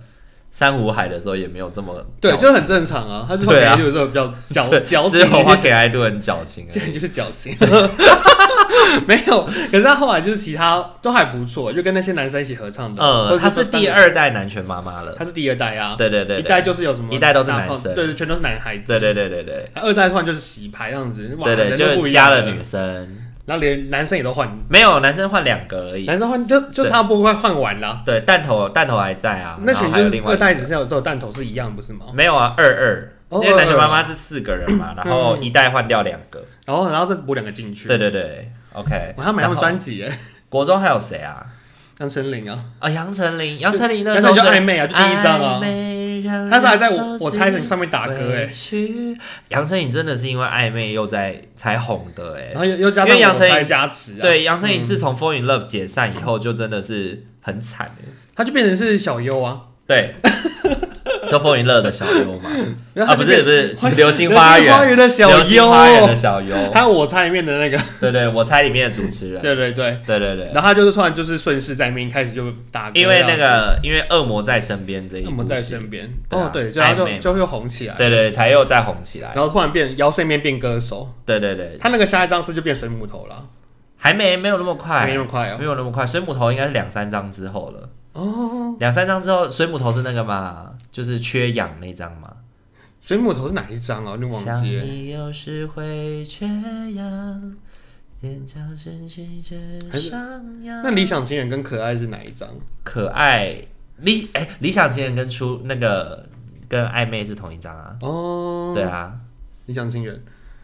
[SPEAKER 1] 珊瑚海的时候也没有这么
[SPEAKER 2] 对，
[SPEAKER 1] 矫
[SPEAKER 2] 就是很正常啊。他就
[SPEAKER 1] 对
[SPEAKER 2] 本
[SPEAKER 1] 啊
[SPEAKER 2] 来就是有时候比较矫
[SPEAKER 1] 对，
[SPEAKER 2] 矫
[SPEAKER 1] 只
[SPEAKER 2] 情
[SPEAKER 1] 有
[SPEAKER 2] 一点，
[SPEAKER 1] 花给爱都很矫情啊而
[SPEAKER 2] 这
[SPEAKER 1] 已。
[SPEAKER 2] 就是矫情。没有，可是他后来就是其他都还不错，就跟那些男生一起合唱的。或
[SPEAKER 1] 嗯，
[SPEAKER 2] 者
[SPEAKER 1] 她
[SPEAKER 2] 说
[SPEAKER 1] 是第，二代男权妈妈了。
[SPEAKER 2] 他是第二代啊。
[SPEAKER 1] 对对对
[SPEAKER 2] 一代
[SPEAKER 1] 对，
[SPEAKER 2] 就是有什么
[SPEAKER 1] 一代都是男生
[SPEAKER 2] 大胖对对，全都是男孩子。
[SPEAKER 1] 对对对对对
[SPEAKER 2] 二代突然就是洗牌这样子，哇，
[SPEAKER 1] 对对，
[SPEAKER 2] 人都
[SPEAKER 1] 就
[SPEAKER 2] 不一
[SPEAKER 1] 加
[SPEAKER 2] 样
[SPEAKER 1] 了女，生，
[SPEAKER 2] 然后连男生也都换，
[SPEAKER 1] 没有男生换两个而已。
[SPEAKER 2] 男生换就就
[SPEAKER 1] 对
[SPEAKER 2] 差不多快换完了。
[SPEAKER 1] 对，弹头弹头还在啊，
[SPEAKER 2] 那
[SPEAKER 1] 然后
[SPEAKER 2] 群
[SPEAKER 1] 还有
[SPEAKER 2] 就是
[SPEAKER 1] 另外
[SPEAKER 2] 二
[SPEAKER 1] 一个
[SPEAKER 2] 代，只是有只有弹头是一样，不是吗？
[SPEAKER 1] 没有啊，二二。因
[SPEAKER 2] 哦
[SPEAKER 1] 为男权
[SPEAKER 2] 二
[SPEAKER 1] 妈
[SPEAKER 2] 二嗯
[SPEAKER 1] 妈是四个人嘛，然后一代换掉两个。
[SPEAKER 2] 然后然后再补两个进去。
[SPEAKER 1] 对，对对，OK。
[SPEAKER 2] 我还买他们
[SPEAKER 1] 然后
[SPEAKER 2] 专辑哎，
[SPEAKER 1] 国中还有谁啊？
[SPEAKER 2] 张森林啊，
[SPEAKER 1] 啊，杨丞琳，杨丞琳那
[SPEAKER 2] 杨
[SPEAKER 1] 时
[SPEAKER 2] 丞
[SPEAKER 1] 候
[SPEAKER 2] 琳就是暧昧啊就第一张啊
[SPEAKER 1] 暧昧让
[SPEAKER 2] 他是还在
[SPEAKER 1] 人
[SPEAKER 2] 我
[SPEAKER 1] 受
[SPEAKER 2] 我猜
[SPEAKER 1] 尽
[SPEAKER 2] 人上面打歌
[SPEAKER 1] 委
[SPEAKER 2] 哎，
[SPEAKER 1] 屈杨丞琳真的是因为暧昧又在才红的哎、
[SPEAKER 2] 然后又又加
[SPEAKER 1] 因为杨
[SPEAKER 2] 上我
[SPEAKER 1] 丞琳
[SPEAKER 2] 猜加持啊，，
[SPEAKER 1] 对，杨丞琳自从《风云 Love》解散以后，就真的是很惨哎、
[SPEAKER 2] 他就变成是小优啊，
[SPEAKER 1] 对，就《风云 Love》的小优 嘛，
[SPEAKER 2] 然后他
[SPEAKER 1] 啊不
[SPEAKER 2] 就是变
[SPEAKER 1] 不是，《流星
[SPEAKER 2] 流星
[SPEAKER 1] 花
[SPEAKER 2] 花
[SPEAKER 1] 园》
[SPEAKER 2] 园的小
[SPEAKER 1] 流星
[SPEAKER 2] 优，
[SPEAKER 1] 花园》的 小优，
[SPEAKER 2] 还有我猜里面的那个，
[SPEAKER 1] 对对，我猜里面的主持人，
[SPEAKER 2] 对对对，
[SPEAKER 1] 对对对，
[SPEAKER 2] 然后他就是突然就是顺势在面开始就打歌，
[SPEAKER 1] 因为那个因为《恶魔在身边》这一
[SPEAKER 2] 恶
[SPEAKER 1] 部
[SPEAKER 2] 魔在
[SPEAKER 1] 戏
[SPEAKER 2] 身边，
[SPEAKER 1] 对啊
[SPEAKER 2] 哦对，就他
[SPEAKER 1] 暧昧
[SPEAKER 2] 就
[SPEAKER 1] 嘛
[SPEAKER 2] 就又红起来，
[SPEAKER 1] 对对对，才又再红起来，
[SPEAKER 2] 然后突然变摇身一变变歌手，
[SPEAKER 1] 对对对，
[SPEAKER 2] 他那个下一张是就变水母头了，
[SPEAKER 1] 还没没有那么快，
[SPEAKER 2] 没那么快哦。
[SPEAKER 1] 没有那么快，水母头应该是两三张之后了。
[SPEAKER 2] 哦，
[SPEAKER 1] 两三张之后，水母头是那个嘛，就是缺氧那张嘛。
[SPEAKER 2] 水母头是哪一张啊？我就忘
[SPEAKER 1] 想
[SPEAKER 2] 记了。
[SPEAKER 1] 你有时会缺氧，眼角深情却上扬。
[SPEAKER 2] 那理想情人跟可爱是哪一张？
[SPEAKER 1] 可爱理哎、理想情人跟出那个跟暧昧是同一张啊。
[SPEAKER 2] 哦，
[SPEAKER 1] 对，啊，
[SPEAKER 2] 理想情人，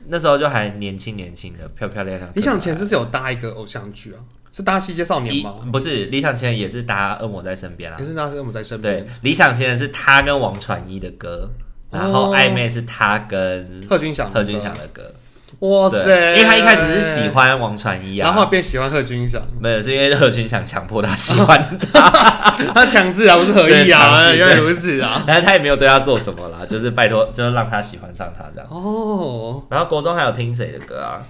[SPEAKER 1] 那时候就还年轻年轻的，漂漂亮亮。
[SPEAKER 2] 理想情
[SPEAKER 1] 前
[SPEAKER 2] 人是不是有搭一个偶像剧啊，是搭《西街少年》吗？
[SPEAKER 1] 不是理想情人也是搭恶魔在身边啦啊
[SPEAKER 2] 可。是那是我们在身
[SPEAKER 1] 对
[SPEAKER 2] 边，，
[SPEAKER 1] 理想情人是他跟王传一的歌，然后
[SPEAKER 2] 哦
[SPEAKER 1] 暧昧是他跟
[SPEAKER 2] 贺军翔，
[SPEAKER 1] 贺军翔，的歌。
[SPEAKER 2] 哇塞！
[SPEAKER 1] 对，因为他一开始是喜，欢王传一啊，
[SPEAKER 2] 然后变喜欢贺军翔，
[SPEAKER 1] 没有是因为贺军翔强迫他喜欢，
[SPEAKER 2] 他强制啊，不是合意
[SPEAKER 1] 对强
[SPEAKER 2] 啊，
[SPEAKER 1] 制
[SPEAKER 2] 原来如此啊。
[SPEAKER 1] 但是他也没有对他做什么啦，就是拜托，就是让他喜欢上他这样。
[SPEAKER 2] 哦，
[SPEAKER 1] 然后国中还有听谁的歌啊？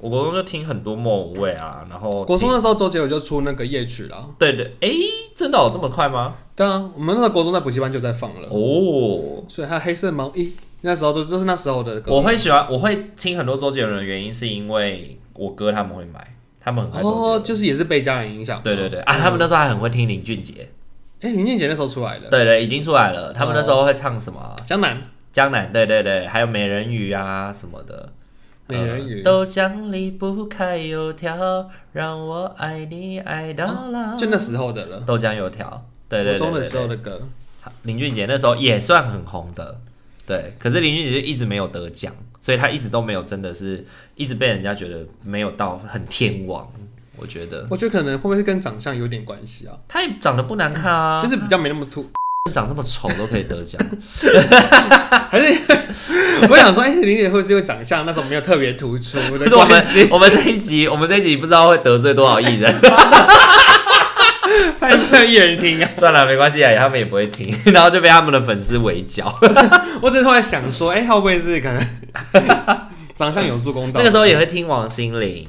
[SPEAKER 1] 我国中就听很多莫文蔚啊，然后
[SPEAKER 2] 国中
[SPEAKER 1] 听
[SPEAKER 2] 那时候周杰伦就出那个夜曲了。
[SPEAKER 1] 对对，诶，真的有哦这么快吗？
[SPEAKER 2] 对啊，我们那时候国中在补习班就在放了。
[SPEAKER 1] 哦，
[SPEAKER 2] 所以还有黑色毛衣，那时候都就是那时候的歌。
[SPEAKER 1] 我会喜欢，我会听很多周杰伦的原因是因为我哥他们会买，他们很爱周杰
[SPEAKER 2] 哦，
[SPEAKER 1] 伦。
[SPEAKER 2] 就是也是被家人影响。哦
[SPEAKER 1] 对对对啊，他们那时候还很会听林俊杰，
[SPEAKER 2] 哎、林俊杰那时候出来的
[SPEAKER 1] 对对，已经出来了。他们那时候会唱什么？
[SPEAKER 2] 《江南
[SPEAKER 1] 江南，对对对，还有美人鱼啊什么的。
[SPEAKER 2] 美人鱼
[SPEAKER 1] 呃豆浆离不开油条，让我爱你爱到老。》，
[SPEAKER 2] 就那时候哦的了。
[SPEAKER 1] 豆浆油条，对对对
[SPEAKER 2] 国中
[SPEAKER 1] 对
[SPEAKER 2] 的时候
[SPEAKER 1] 对
[SPEAKER 2] 的歌，
[SPEAKER 1] 林俊杰那时候也算很红的，对。可是林俊杰就一直没有得奖，所以他一直都没有真的是一直被人家觉得没有到很天王，我觉得
[SPEAKER 2] 我觉得可能会不会是跟长相有点关系啊？
[SPEAKER 1] 他也长得不难看啊，
[SPEAKER 2] 就是比较没那么突，
[SPEAKER 1] 长这么丑都可以得奖，啊
[SPEAKER 2] 还是我想说，哎、林姐会不是因为长相那时候没有特别突出
[SPEAKER 1] 可
[SPEAKER 2] 的
[SPEAKER 1] 是我们
[SPEAKER 2] 关系？
[SPEAKER 1] 我们这一集我们这一集不知道会得罪多少 艺人，
[SPEAKER 2] 拍摄艺人听啊，
[SPEAKER 1] 算了没关系啊，他们也不会听， 然后就被他们的粉丝围 剿。
[SPEAKER 2] 我只是突然想说，哎、会不会是可能 长相有助攻到？
[SPEAKER 1] 那个时候也会听王心凌，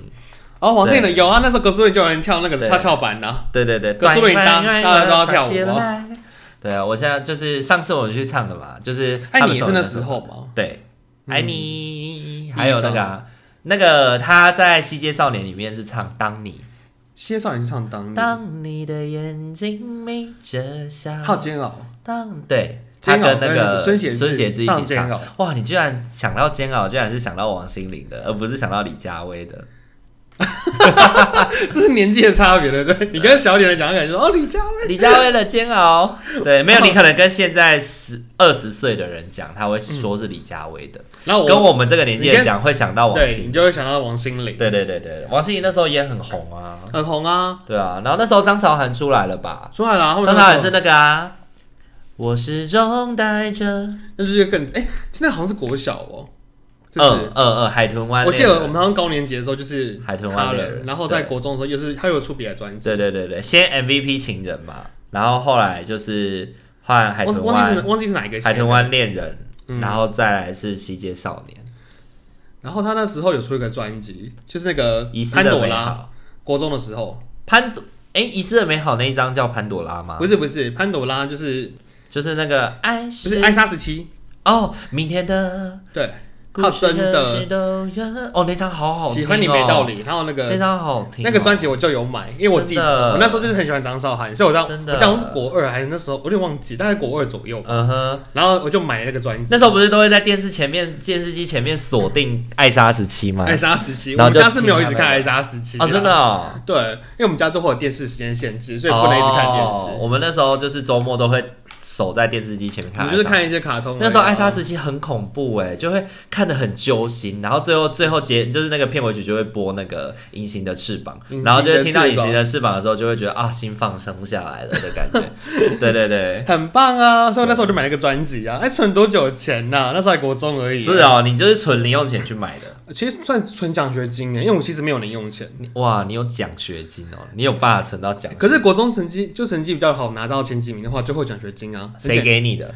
[SPEAKER 2] 哦，黄圣依的
[SPEAKER 1] 对
[SPEAKER 2] 有啊，那时候葛苏林就有人跳那个
[SPEAKER 1] 对
[SPEAKER 2] 跷跷板啊呐、
[SPEAKER 1] 对对对，
[SPEAKER 2] 可是我也当
[SPEAKER 1] 断一半
[SPEAKER 2] 大家都要跳舞啊。
[SPEAKER 1] 断一半对啊，我现在就是上次我们去唱的嘛，就是
[SPEAKER 2] 爱
[SPEAKER 1] 他们
[SPEAKER 2] 哎你也
[SPEAKER 1] 走
[SPEAKER 2] 是那
[SPEAKER 1] 的
[SPEAKER 2] 时候嘛，
[SPEAKER 1] 对，爱你，还
[SPEAKER 2] 第一
[SPEAKER 1] 有那
[SPEAKER 2] 张
[SPEAKER 1] 个啊、那个他在《西街少年》里面是唱《当你
[SPEAKER 2] 谢少年是唱当你，
[SPEAKER 1] 当你的眼睛眯着笑
[SPEAKER 2] 还》，有煎熬，
[SPEAKER 1] 当对，他
[SPEAKER 2] 煎熬
[SPEAKER 1] 跟那个
[SPEAKER 2] 孙贤
[SPEAKER 1] 孙
[SPEAKER 2] 志
[SPEAKER 1] 贤志一
[SPEAKER 2] 唱
[SPEAKER 1] 起
[SPEAKER 2] 煎
[SPEAKER 1] 唱。
[SPEAKER 2] 熬，
[SPEAKER 1] 哇，你居然想到煎熬，居然是想到王心凌的，而不是想到李佳薇的。
[SPEAKER 2] 这是年纪的差别，对不对？你跟小点人讲，他感觉说哦，李佳薇，
[SPEAKER 1] 李佳薇的煎熬，对，没有你可能跟现在十二十岁的人讲，
[SPEAKER 2] 嗯
[SPEAKER 1] 他会说是李佳薇的，
[SPEAKER 2] 然后
[SPEAKER 1] 跟
[SPEAKER 2] 我
[SPEAKER 1] 我们这个年纪的讲会想到王
[SPEAKER 2] 对
[SPEAKER 1] 心
[SPEAKER 2] 你
[SPEAKER 1] 凌。
[SPEAKER 2] 就会想到王心凌，
[SPEAKER 1] 对对对对，王心凌那时候也很红啊，
[SPEAKER 2] 很红啊，
[SPEAKER 1] 对啊，然后那时候张韶涵出来了吧？
[SPEAKER 2] 出来了啊，他们
[SPEAKER 1] 张韶
[SPEAKER 2] 那
[SPEAKER 1] 涵
[SPEAKER 2] 时
[SPEAKER 1] 是
[SPEAKER 2] 候
[SPEAKER 1] 那个啊，我始终带着
[SPEAKER 2] 那就是更哎，现在好像是国小哦，就
[SPEAKER 1] 嗯
[SPEAKER 2] 是。
[SPEAKER 1] 嗯嗯海豚湾
[SPEAKER 2] 我
[SPEAKER 1] 恋
[SPEAKER 2] 记
[SPEAKER 1] 人，
[SPEAKER 2] 得我们好像高年级的时候就是
[SPEAKER 1] 海豚
[SPEAKER 2] 他
[SPEAKER 1] 湾恋
[SPEAKER 2] 了，
[SPEAKER 1] 人
[SPEAKER 2] 然后在
[SPEAKER 1] 对
[SPEAKER 2] 国中的时候又是他有出别的专辑，
[SPEAKER 1] 对对对对，先 MVP 情人嘛，然后后来就是换海
[SPEAKER 2] 忘记
[SPEAKER 1] 豚
[SPEAKER 2] 忘记是
[SPEAKER 1] 湾
[SPEAKER 2] 忘记是哪一个
[SPEAKER 1] 海豚
[SPEAKER 2] 写的
[SPEAKER 1] 湾恋人，
[SPEAKER 2] 嗯
[SPEAKER 1] 然后再来是西街少年，
[SPEAKER 2] 然后他那时候有出一个专辑，就是那个
[SPEAKER 1] 遗失
[SPEAKER 2] 潘
[SPEAKER 1] 的
[SPEAKER 2] 朵
[SPEAKER 1] 美
[SPEAKER 2] 拉，
[SPEAKER 1] 好，
[SPEAKER 2] 国中的时候，
[SPEAKER 1] 潘朵哎遗失的美好那一张叫潘朵拉吗
[SPEAKER 2] 不？是不是潘朵拉，就是
[SPEAKER 1] 就是那个爱
[SPEAKER 2] 不是艾莎时期，
[SPEAKER 1] 哦，明天的
[SPEAKER 2] 对，
[SPEAKER 1] 故
[SPEAKER 2] 他
[SPEAKER 1] 事
[SPEAKER 2] 真
[SPEAKER 1] 何
[SPEAKER 2] 的
[SPEAKER 1] 时都有哦那张好好听哦，
[SPEAKER 2] 喜欢你没道理，然后那
[SPEAKER 1] 那
[SPEAKER 2] 个
[SPEAKER 1] 张好听哦，
[SPEAKER 2] 那个专辑我就有买，因为我记
[SPEAKER 1] 真
[SPEAKER 2] 得
[SPEAKER 1] 的
[SPEAKER 2] 我那时候就是很喜欢张韶涵，所以我当
[SPEAKER 1] 真的
[SPEAKER 2] 我想是国二还是那时候，我有点忘记，大概国二左右，
[SPEAKER 1] 嗯哼，
[SPEAKER 2] 然后我就买了那个专辑，
[SPEAKER 1] 那时候不是都会在电视前面、电视机前面锁定《爱莎时期》吗？
[SPEAKER 2] 艾莎啊时期，我
[SPEAKER 1] 然后
[SPEAKER 2] 们
[SPEAKER 1] 就
[SPEAKER 2] 家是没有一直
[SPEAKER 1] 听
[SPEAKER 2] 看
[SPEAKER 1] 他们
[SPEAKER 2] 艾莎时期
[SPEAKER 1] 哦，真的、。哦，
[SPEAKER 2] 对，因为我们家都会有电视时间限制，所以不能一直看电
[SPEAKER 1] 哦
[SPEAKER 2] 视。
[SPEAKER 1] 我们那时候就是周末都会守在电视机前面
[SPEAKER 2] 我
[SPEAKER 1] 看，
[SPEAKER 2] 们就是。看一些卡通而已啊。
[SPEAKER 1] 那时候《艾莎时期》很恐怖哎、就会看得很揪心，然后最后最后结就是那个片尾曲就会播那个《隐形的翅膀
[SPEAKER 2] 隐形》，的
[SPEAKER 1] 然后就会听到《
[SPEAKER 2] 翅
[SPEAKER 1] 隐
[SPEAKER 2] 膀
[SPEAKER 1] 形的翅膀》的时候，就会觉得啊，心放松下来了的感觉。 对对对，
[SPEAKER 2] 很棒啊！所以那时候我就买了个专辑啊，哎，存多久钱呐、那时候还国中而已、啊
[SPEAKER 1] 是，哦，你就是存零用钱去买的，
[SPEAKER 2] 呃其实算存奖学金欸耶，因为我其实没有零用钱，
[SPEAKER 1] 你哇，你有奖学金哦，你有办法存到奖学金，
[SPEAKER 2] 可是国中成绩就成绩比较好，拿到前几名的话就会有奖学金啊。
[SPEAKER 1] 谁
[SPEAKER 2] 而且
[SPEAKER 1] 给你的？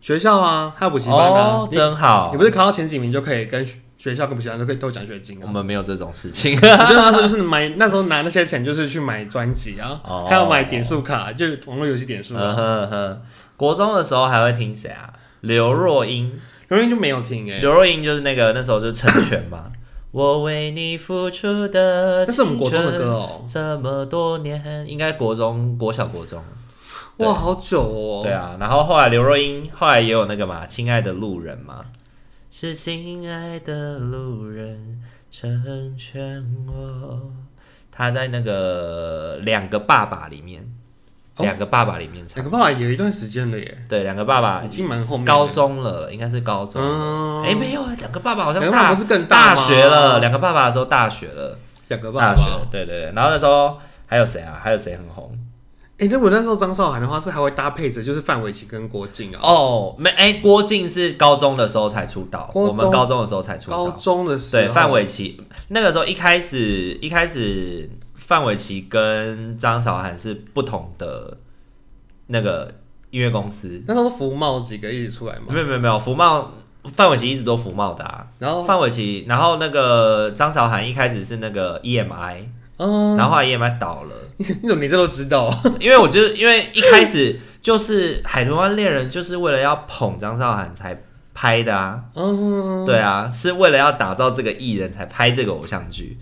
[SPEAKER 2] 学校啊，还有补习班啊，
[SPEAKER 1] 哦，真好，
[SPEAKER 2] 你不是考到前几名就可以跟学学校跟补习班都可以都有奖学金
[SPEAKER 1] 我
[SPEAKER 2] 啊？
[SPEAKER 1] 们没有这种事情。
[SPEAKER 2] 我觉得那时候就是买，那时候拿那些钱就是去买专辑啊，
[SPEAKER 1] 哦
[SPEAKER 2] 还有买点数卡，就是网络游戏点数、
[SPEAKER 1] 嗯
[SPEAKER 2] 啊。
[SPEAKER 1] 哼哼，国中的时候还会听谁啊？刘若英，
[SPEAKER 2] 刘英就没有听哎、
[SPEAKER 1] 刘若英就是那个那时候就是成全 嘛。我为你付出的，
[SPEAKER 2] 那是我们国中的歌。哦、
[SPEAKER 1] 这么多年，应该国中、国小、国中，对
[SPEAKER 2] 哇，好久哦、
[SPEAKER 1] 对啊。然后后来刘若英后来也有那个嘛，《亲爱的路人》嘛，是亲爱的路人成全我。她在那个两个爸爸里面，
[SPEAKER 2] 哦
[SPEAKER 1] 两个爸爸里面唱
[SPEAKER 2] 两。个爸爸有一段时间了耶，
[SPEAKER 1] 对，两个爸爸
[SPEAKER 2] 已经蛮后面了
[SPEAKER 1] 高中了，应该是高中。
[SPEAKER 2] 嗯，
[SPEAKER 1] 哎、没有，两个爸爸好像
[SPEAKER 2] 两个爸
[SPEAKER 1] 大
[SPEAKER 2] 爸不是更大吗
[SPEAKER 1] 大学了，两个爸爸的时候大学了，
[SPEAKER 2] 两个爸
[SPEAKER 1] 大学
[SPEAKER 2] 爸。，
[SPEAKER 1] 对对对。然后那时候还有谁啊？还有谁很红？
[SPEAKER 2] 哎、那我那时候张韶涵的话是还会搭配着就是范玮琪跟郭靖啊，
[SPEAKER 1] 哦，没，哎、郭靖是高中的时候才出道，
[SPEAKER 2] 郭
[SPEAKER 1] 我们
[SPEAKER 2] 中
[SPEAKER 1] 高中的时候才出
[SPEAKER 2] 高
[SPEAKER 1] 道。
[SPEAKER 2] 中的时候
[SPEAKER 1] 对，范玮琪那个时候一开始一开始，范玮琪跟张韶涵是不同的那个音乐公司，
[SPEAKER 2] 那时候是福茂几个一起出来嘛
[SPEAKER 1] 没，有没有没有，福茂范玮琪一直都福茂的啊。
[SPEAKER 2] 然后
[SPEAKER 1] 范玮琪，然后那个张韶涵一开始是那个 EMI，、
[SPEAKER 2] 嗯，
[SPEAKER 1] 然后后来 EMI 倒了，
[SPEAKER 2] 你怎么你这都知道？
[SPEAKER 1] 因为我觉得，因为一开始 就是《海豚湾恋人》就是为了要捧张韶涵才拍的啊，
[SPEAKER 2] 嗯，
[SPEAKER 1] 对啊，是为了要打造这个艺人才拍这个偶像剧。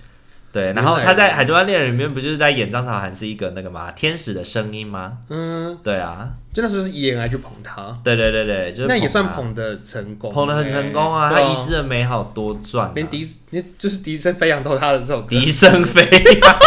[SPEAKER 1] 对，然后
[SPEAKER 2] 原来
[SPEAKER 1] 他在《海豚湾恋人》里面不就是在演张韶涵是一个那个嘛天使的声音吗？
[SPEAKER 2] 嗯，
[SPEAKER 1] 对啊，
[SPEAKER 2] 就那时候是演来去捧他，
[SPEAKER 1] 对对对对，就是
[SPEAKER 2] 那也
[SPEAKER 1] 她
[SPEAKER 2] 算捧的成功，
[SPEAKER 1] 捧的很成功啊，
[SPEAKER 2] 欸
[SPEAKER 1] 他
[SPEAKER 2] 对
[SPEAKER 1] 遗失的美好多赚、啊，
[SPEAKER 2] 连笛连就是笛声飞扬都是他的这首歌，
[SPEAKER 1] 笛声飞 扬。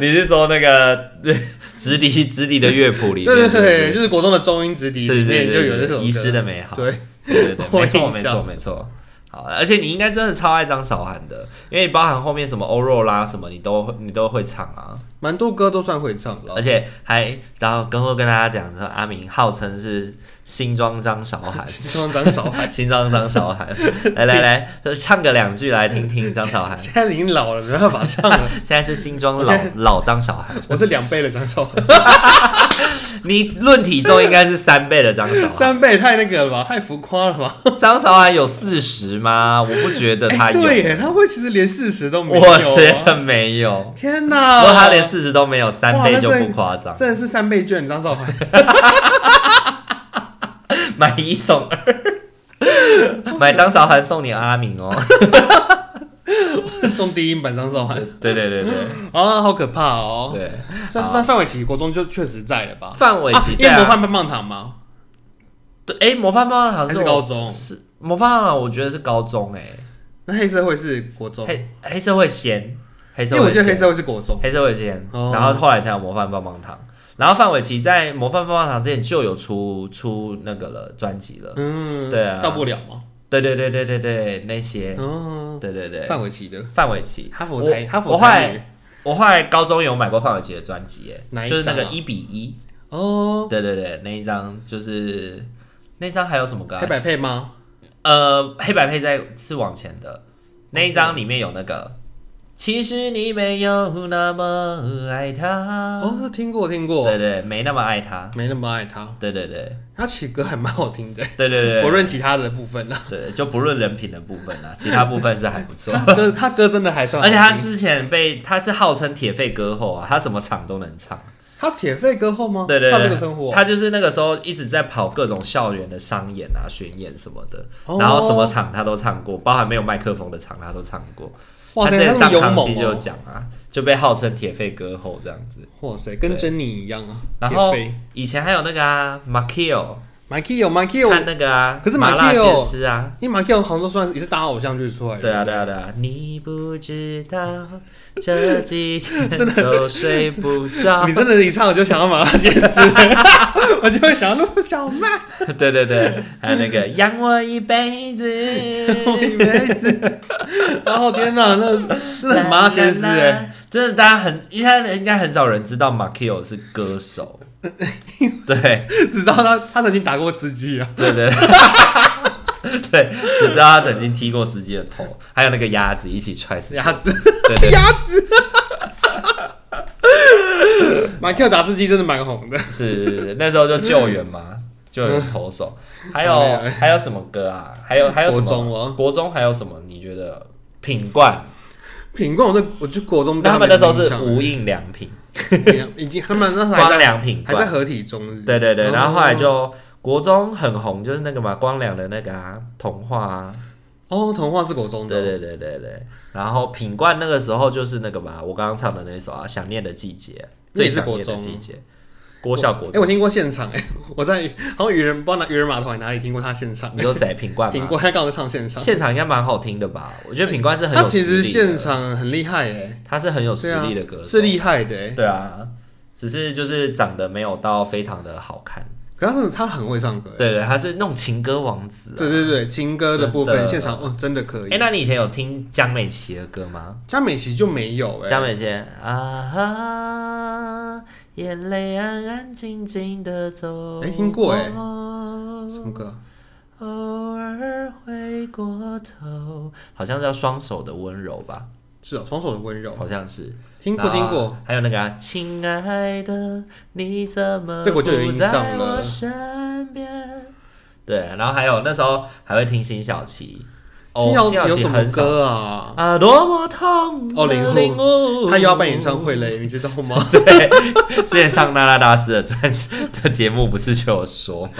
[SPEAKER 1] 你是说那个 呃直笛直笛的乐谱里
[SPEAKER 2] 对对
[SPEAKER 1] 面？是不
[SPEAKER 2] 对，
[SPEAKER 1] 是
[SPEAKER 2] 就是国中的中音直笛
[SPEAKER 1] 是
[SPEAKER 2] 里
[SPEAKER 1] 是
[SPEAKER 2] 面
[SPEAKER 1] 是
[SPEAKER 2] 就有这
[SPEAKER 1] 是
[SPEAKER 2] 首歌，
[SPEAKER 1] 遗失的美好。
[SPEAKER 2] 对，
[SPEAKER 1] 对对对，没错
[SPEAKER 2] 我
[SPEAKER 1] 没
[SPEAKER 2] 也
[SPEAKER 1] 错
[SPEAKER 2] 笑
[SPEAKER 1] 没错。好，而且你应该真的超爱张韶涵的，因为包含后面什么欧若拉什么，你都会你都会唱啊，
[SPEAKER 2] 蛮多歌都算会唱了，
[SPEAKER 1] 而。且还然后刚刚跟大家讲说，阿明号称是新装张韶涵
[SPEAKER 2] 希望张韶涵，
[SPEAKER 1] 新装张韶涵， 来来来，唱个两句来听听张韶涵，
[SPEAKER 2] 现在已经老了，没办法唱了。
[SPEAKER 1] 现在是新装
[SPEAKER 2] 我
[SPEAKER 1] 老
[SPEAKER 2] 现在
[SPEAKER 1] 老张韶涵，
[SPEAKER 2] 我是两倍的张韶涵，
[SPEAKER 1] 你论体重应该是三倍的张韶涵，
[SPEAKER 2] 三倍太那个了吧，太浮夸了吧？
[SPEAKER 1] 张韶涵有四十吗？我不觉得她
[SPEAKER 2] 哎
[SPEAKER 1] 有，
[SPEAKER 2] 对耶，他会其实连四十都没有啊。
[SPEAKER 1] 我觉得没有。
[SPEAKER 2] 天
[SPEAKER 1] 不
[SPEAKER 2] 哪！
[SPEAKER 1] 过他连四十都没有，三倍就
[SPEAKER 2] 哇那
[SPEAKER 1] 不
[SPEAKER 2] 这
[SPEAKER 1] 夸张，
[SPEAKER 2] 真的是三倍券，张韶涵
[SPEAKER 1] 买一送二，买张韶涵送你阿明哦。
[SPEAKER 2] 中低音版张韶涵
[SPEAKER 1] 对对对对
[SPEAKER 2] 啊，好可怕哦！
[SPEAKER 1] 对，
[SPEAKER 2] 算范范玮琪国中就确实在了吧？
[SPEAKER 1] 范玮琪
[SPEAKER 2] 啊因
[SPEAKER 1] 对
[SPEAKER 2] 为模
[SPEAKER 1] 啊，
[SPEAKER 2] 范棒棒糖嘛，
[SPEAKER 1] 对哎，模范棒棒糖
[SPEAKER 2] 还是
[SPEAKER 1] 我
[SPEAKER 2] 高中
[SPEAKER 1] 是模范棒糖，我觉得是高中哎，
[SPEAKER 2] 那黑社会是国中，
[SPEAKER 1] 黑黑社会先，黑
[SPEAKER 2] 因
[SPEAKER 1] 社
[SPEAKER 2] 为我
[SPEAKER 1] 会
[SPEAKER 2] 记得黑
[SPEAKER 1] 先，
[SPEAKER 2] 社会是国中。
[SPEAKER 1] 黑社会先，
[SPEAKER 2] 哦
[SPEAKER 1] 然后后来才有模范棒棒糖。然后范玮琪在模范棒棒糖之前就有出出那个了专辑了，
[SPEAKER 2] 嗯，
[SPEAKER 1] 对啊
[SPEAKER 2] 到不了嘛。
[SPEAKER 1] 对对对对对对，那些，
[SPEAKER 2] 哦，
[SPEAKER 1] 对对对，
[SPEAKER 2] 范玮琪的
[SPEAKER 1] 范玮琪，
[SPEAKER 2] 哈佛才
[SPEAKER 1] 我
[SPEAKER 2] 哈佛
[SPEAKER 1] 我后来
[SPEAKER 2] 才女
[SPEAKER 1] 我后来高中有买过范玮琪的专辑，
[SPEAKER 2] 哪
[SPEAKER 1] 哎，
[SPEAKER 2] 一
[SPEAKER 1] 就是那
[SPEAKER 2] 张啊
[SPEAKER 1] 个一比一，
[SPEAKER 2] 哦，
[SPEAKER 1] 对对对，那一张就是那张还有什么歌啊、
[SPEAKER 2] 黑白配吗？
[SPEAKER 1] 呃，黑白配在是往前的那一张里面有那个，其实你没有那么爱他，
[SPEAKER 2] 哦，听过听过
[SPEAKER 1] 啊对，对，没那么爱他，
[SPEAKER 2] 没那么爱他。
[SPEAKER 1] 对对对
[SPEAKER 2] 他其实歌还蛮好听的，
[SPEAKER 1] 对对对，
[SPEAKER 2] 我论其他的部分啊啦，
[SPEAKER 1] 对就不论人品的部分啦， 其他部分是还 不错。
[SPEAKER 2] 他 歌他歌真的还算好
[SPEAKER 1] 而且
[SPEAKER 2] 听，
[SPEAKER 1] 他之前被他是号称铁肺歌后啊，他什么场都能唱。
[SPEAKER 2] 他铁肺歌后吗？
[SPEAKER 1] 对对
[SPEAKER 2] 他有这个称
[SPEAKER 1] 对，
[SPEAKER 2] 呼哦，
[SPEAKER 1] 他就是那个时候一直在跑各种校园的商演啊、巡演什么的，
[SPEAKER 2] 哦
[SPEAKER 1] 然后什么场他都唱过，包含没有麦克风的场他都唱过。
[SPEAKER 2] 哇
[SPEAKER 1] 他之
[SPEAKER 2] 塞，
[SPEAKER 1] 前
[SPEAKER 2] 他
[SPEAKER 1] 上
[SPEAKER 2] 勇
[SPEAKER 1] 康熙
[SPEAKER 2] 猛
[SPEAKER 1] 就有
[SPEAKER 2] 哦，
[SPEAKER 1] 讲啊，就被号称铁肺歌后这样子。
[SPEAKER 2] 哇塞，跟珍妮一样啊，
[SPEAKER 1] 然
[SPEAKER 2] 铁
[SPEAKER 1] 后
[SPEAKER 2] 肺
[SPEAKER 1] 以前还有那个啊 m a k i o
[SPEAKER 2] Mikey 有 Mikey 有，
[SPEAKER 1] 看那个啊，
[SPEAKER 2] 可是
[SPEAKER 1] 麻辣
[SPEAKER 2] Makio-
[SPEAKER 1] 鲜师啊。
[SPEAKER 2] 因为 Mikey 有好像都算也是大偶像剧出来的，
[SPEAKER 1] 对啊，对啊，对啊！你不知道这几天都睡不 着
[SPEAKER 2] 你，真的，一唱我就想要马上写诗， 我就会想要那么小麦，
[SPEAKER 1] 对对对，还有那个养我一辈 子，
[SPEAKER 2] 我一辈子。 然后天哪，那真的很麻辣鲜师哎，
[SPEAKER 1] 真的，大家很应该应该很少人知道 Makio 是 歌手，对
[SPEAKER 2] 只知道他他曾经打过司机啊，
[SPEAKER 1] 对对。对，只知道他曾经踢过司机的头，还有那个鸭子一起踹死。
[SPEAKER 2] 鸭子
[SPEAKER 1] 对对，
[SPEAKER 2] 鸭子。马克打字机真的蛮红的，
[SPEAKER 1] 是那时候就救援 嘛，救援投手。还
[SPEAKER 2] 哎
[SPEAKER 1] 有
[SPEAKER 2] 呀
[SPEAKER 1] 还有什么歌啊？还有还有什么？
[SPEAKER 2] 国中哦
[SPEAKER 1] 国中还有什么？你觉得品冠？
[SPEAKER 2] 品冠我就我就国中对
[SPEAKER 1] 那他们
[SPEAKER 2] 没
[SPEAKER 1] 那
[SPEAKER 2] 什
[SPEAKER 1] 时
[SPEAKER 2] 么
[SPEAKER 1] 候是无
[SPEAKER 2] 印
[SPEAKER 1] 印良品，
[SPEAKER 2] 象已经他们那时候
[SPEAKER 1] 光
[SPEAKER 2] 还在
[SPEAKER 1] 良品
[SPEAKER 2] 还
[SPEAKER 1] 冠
[SPEAKER 2] 在。合体中日，
[SPEAKER 1] 对对对，
[SPEAKER 2] 哦
[SPEAKER 1] 然后后来就国中很红，就是那个嘛，光良的那个啊，童话啊，
[SPEAKER 2] 哦，童话是国中的
[SPEAKER 1] 对
[SPEAKER 2] 哦，
[SPEAKER 1] 对对对对。然后品冠那个时候就是那个嘛，我刚刚唱的那首啊，《想念的季节》，
[SPEAKER 2] 那
[SPEAKER 1] 最
[SPEAKER 2] 也是
[SPEAKER 1] 想
[SPEAKER 2] 国
[SPEAKER 1] 念的
[SPEAKER 2] 中
[SPEAKER 1] 季节，国小国
[SPEAKER 2] 哎、我
[SPEAKER 1] 中。
[SPEAKER 2] 听过现场哎、 我在好像渔人不知道哪渔人码头还哪里听过他现场
[SPEAKER 1] 你，说谁？品冠
[SPEAKER 2] 品
[SPEAKER 1] 吗？
[SPEAKER 2] 冠他刚好在唱现场，
[SPEAKER 1] 现场应该蛮好听的吧？我觉得品冠是很
[SPEAKER 2] 哎他
[SPEAKER 1] 有
[SPEAKER 2] 其
[SPEAKER 1] 实
[SPEAKER 2] 实
[SPEAKER 1] 力
[SPEAKER 2] 现
[SPEAKER 1] 的，
[SPEAKER 2] 场很厉害哎、
[SPEAKER 1] 他是很有实力
[SPEAKER 2] 对
[SPEAKER 1] 的歌
[SPEAKER 2] 啊，
[SPEAKER 1] 手，
[SPEAKER 2] 是厉害的哎、
[SPEAKER 1] 对啊，只是就是长得没有到非常的好看。
[SPEAKER 2] 可他真的他很会唱歌哎、
[SPEAKER 1] 对对，他是那种情歌王子啊。
[SPEAKER 2] 对对对，情歌的部
[SPEAKER 1] 真
[SPEAKER 2] 分
[SPEAKER 1] 的
[SPEAKER 2] 现场哦真的可以。
[SPEAKER 1] 哎，那你以前有听江美琪的歌吗？
[SPEAKER 2] 江美琪就没有哎、
[SPEAKER 1] 江美琪啊哈，眼泪安安静静的走。
[SPEAKER 2] 哎听过哎什
[SPEAKER 1] 偶
[SPEAKER 2] 么歌？
[SPEAKER 1] 尔回过头，好像叫《双手的温柔》吧，
[SPEAKER 2] 是哦，双手的温柔，
[SPEAKER 1] 好像是。
[SPEAKER 2] 听过听过。，
[SPEAKER 1] 还有那个、啊“亲爱的，你怎么
[SPEAKER 2] 这个我就有印象了
[SPEAKER 1] 不在我身边？对，然后还有那时候还会听辛晓琪，哦
[SPEAKER 2] 辛晓琪有
[SPEAKER 1] 琪
[SPEAKER 2] 什么
[SPEAKER 1] 很少
[SPEAKER 2] 歌啊？
[SPEAKER 1] 啊？多么痛
[SPEAKER 2] 哦领悟
[SPEAKER 1] 领悟，
[SPEAKER 2] 他又要办演唱会嘞，你知道 吗？
[SPEAKER 1] 之前上娜娜大师的专的节目不是就有说吗，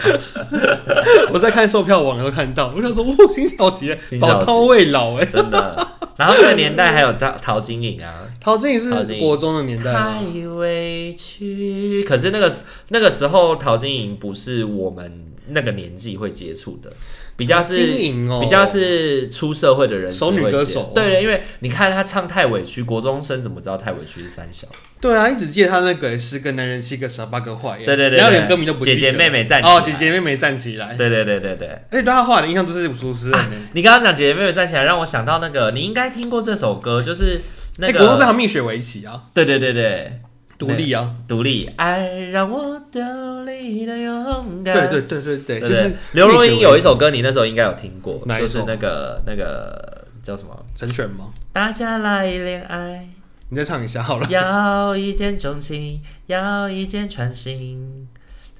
[SPEAKER 2] 我在看售票网都看到，我想说，哦，辛晓琪哎
[SPEAKER 1] 辛晓琪
[SPEAKER 2] 宝刀未老哎，
[SPEAKER 1] 真的。 然后那个年代还有张陶晶莹啊，
[SPEAKER 2] 陶晶莹
[SPEAKER 1] 陶
[SPEAKER 2] 是
[SPEAKER 1] 晶莹
[SPEAKER 2] 国中的年代吗
[SPEAKER 1] 太委屈。可是那个那个时候，陶晶莹不是我们那个年纪会接触的，比较
[SPEAKER 2] 经
[SPEAKER 1] 是。
[SPEAKER 2] 营哦，
[SPEAKER 1] 比较是出社会的人士
[SPEAKER 2] 熟女
[SPEAKER 1] 会
[SPEAKER 2] 歌
[SPEAKER 1] 接
[SPEAKER 2] 手哦
[SPEAKER 1] 对对，因为你看他唱太委屈，国中生怎么知道太委屈是三小？
[SPEAKER 2] 对啊，你只记得他那个十个男人七个傻八个坏耶，
[SPEAKER 1] 对对对对
[SPEAKER 2] 然后连歌名都不记得。
[SPEAKER 1] 姐姐妹妹站起来
[SPEAKER 2] 哦，姐姐妹妹站起来，
[SPEAKER 1] 对嗯对对对对，啊
[SPEAKER 2] 而且对他画的印象都是主持人耶。
[SPEAKER 1] 你刚刚讲姐姐妹妹站起来，让我想到那个，你应该听过这首歌，就是那
[SPEAKER 2] 哎，
[SPEAKER 1] 个，
[SPEAKER 2] 国中是还有蜜雪围棋啊，
[SPEAKER 1] 对对对对，
[SPEAKER 2] 独立啊，
[SPEAKER 1] 独立，爱让我独立的勇敢。
[SPEAKER 2] 对对对对对，
[SPEAKER 1] 对
[SPEAKER 2] 就是
[SPEAKER 1] 刘若英有一
[SPEAKER 2] 首
[SPEAKER 1] 首歌，你那时候应该有听过，
[SPEAKER 2] 哪一
[SPEAKER 1] 就是
[SPEAKER 2] 首
[SPEAKER 1] 那个那个叫什么？
[SPEAKER 2] 成全吗？
[SPEAKER 1] 大家来恋爱，
[SPEAKER 2] 你再唱一下好了。
[SPEAKER 1] 要一见钟情，要一见穿心，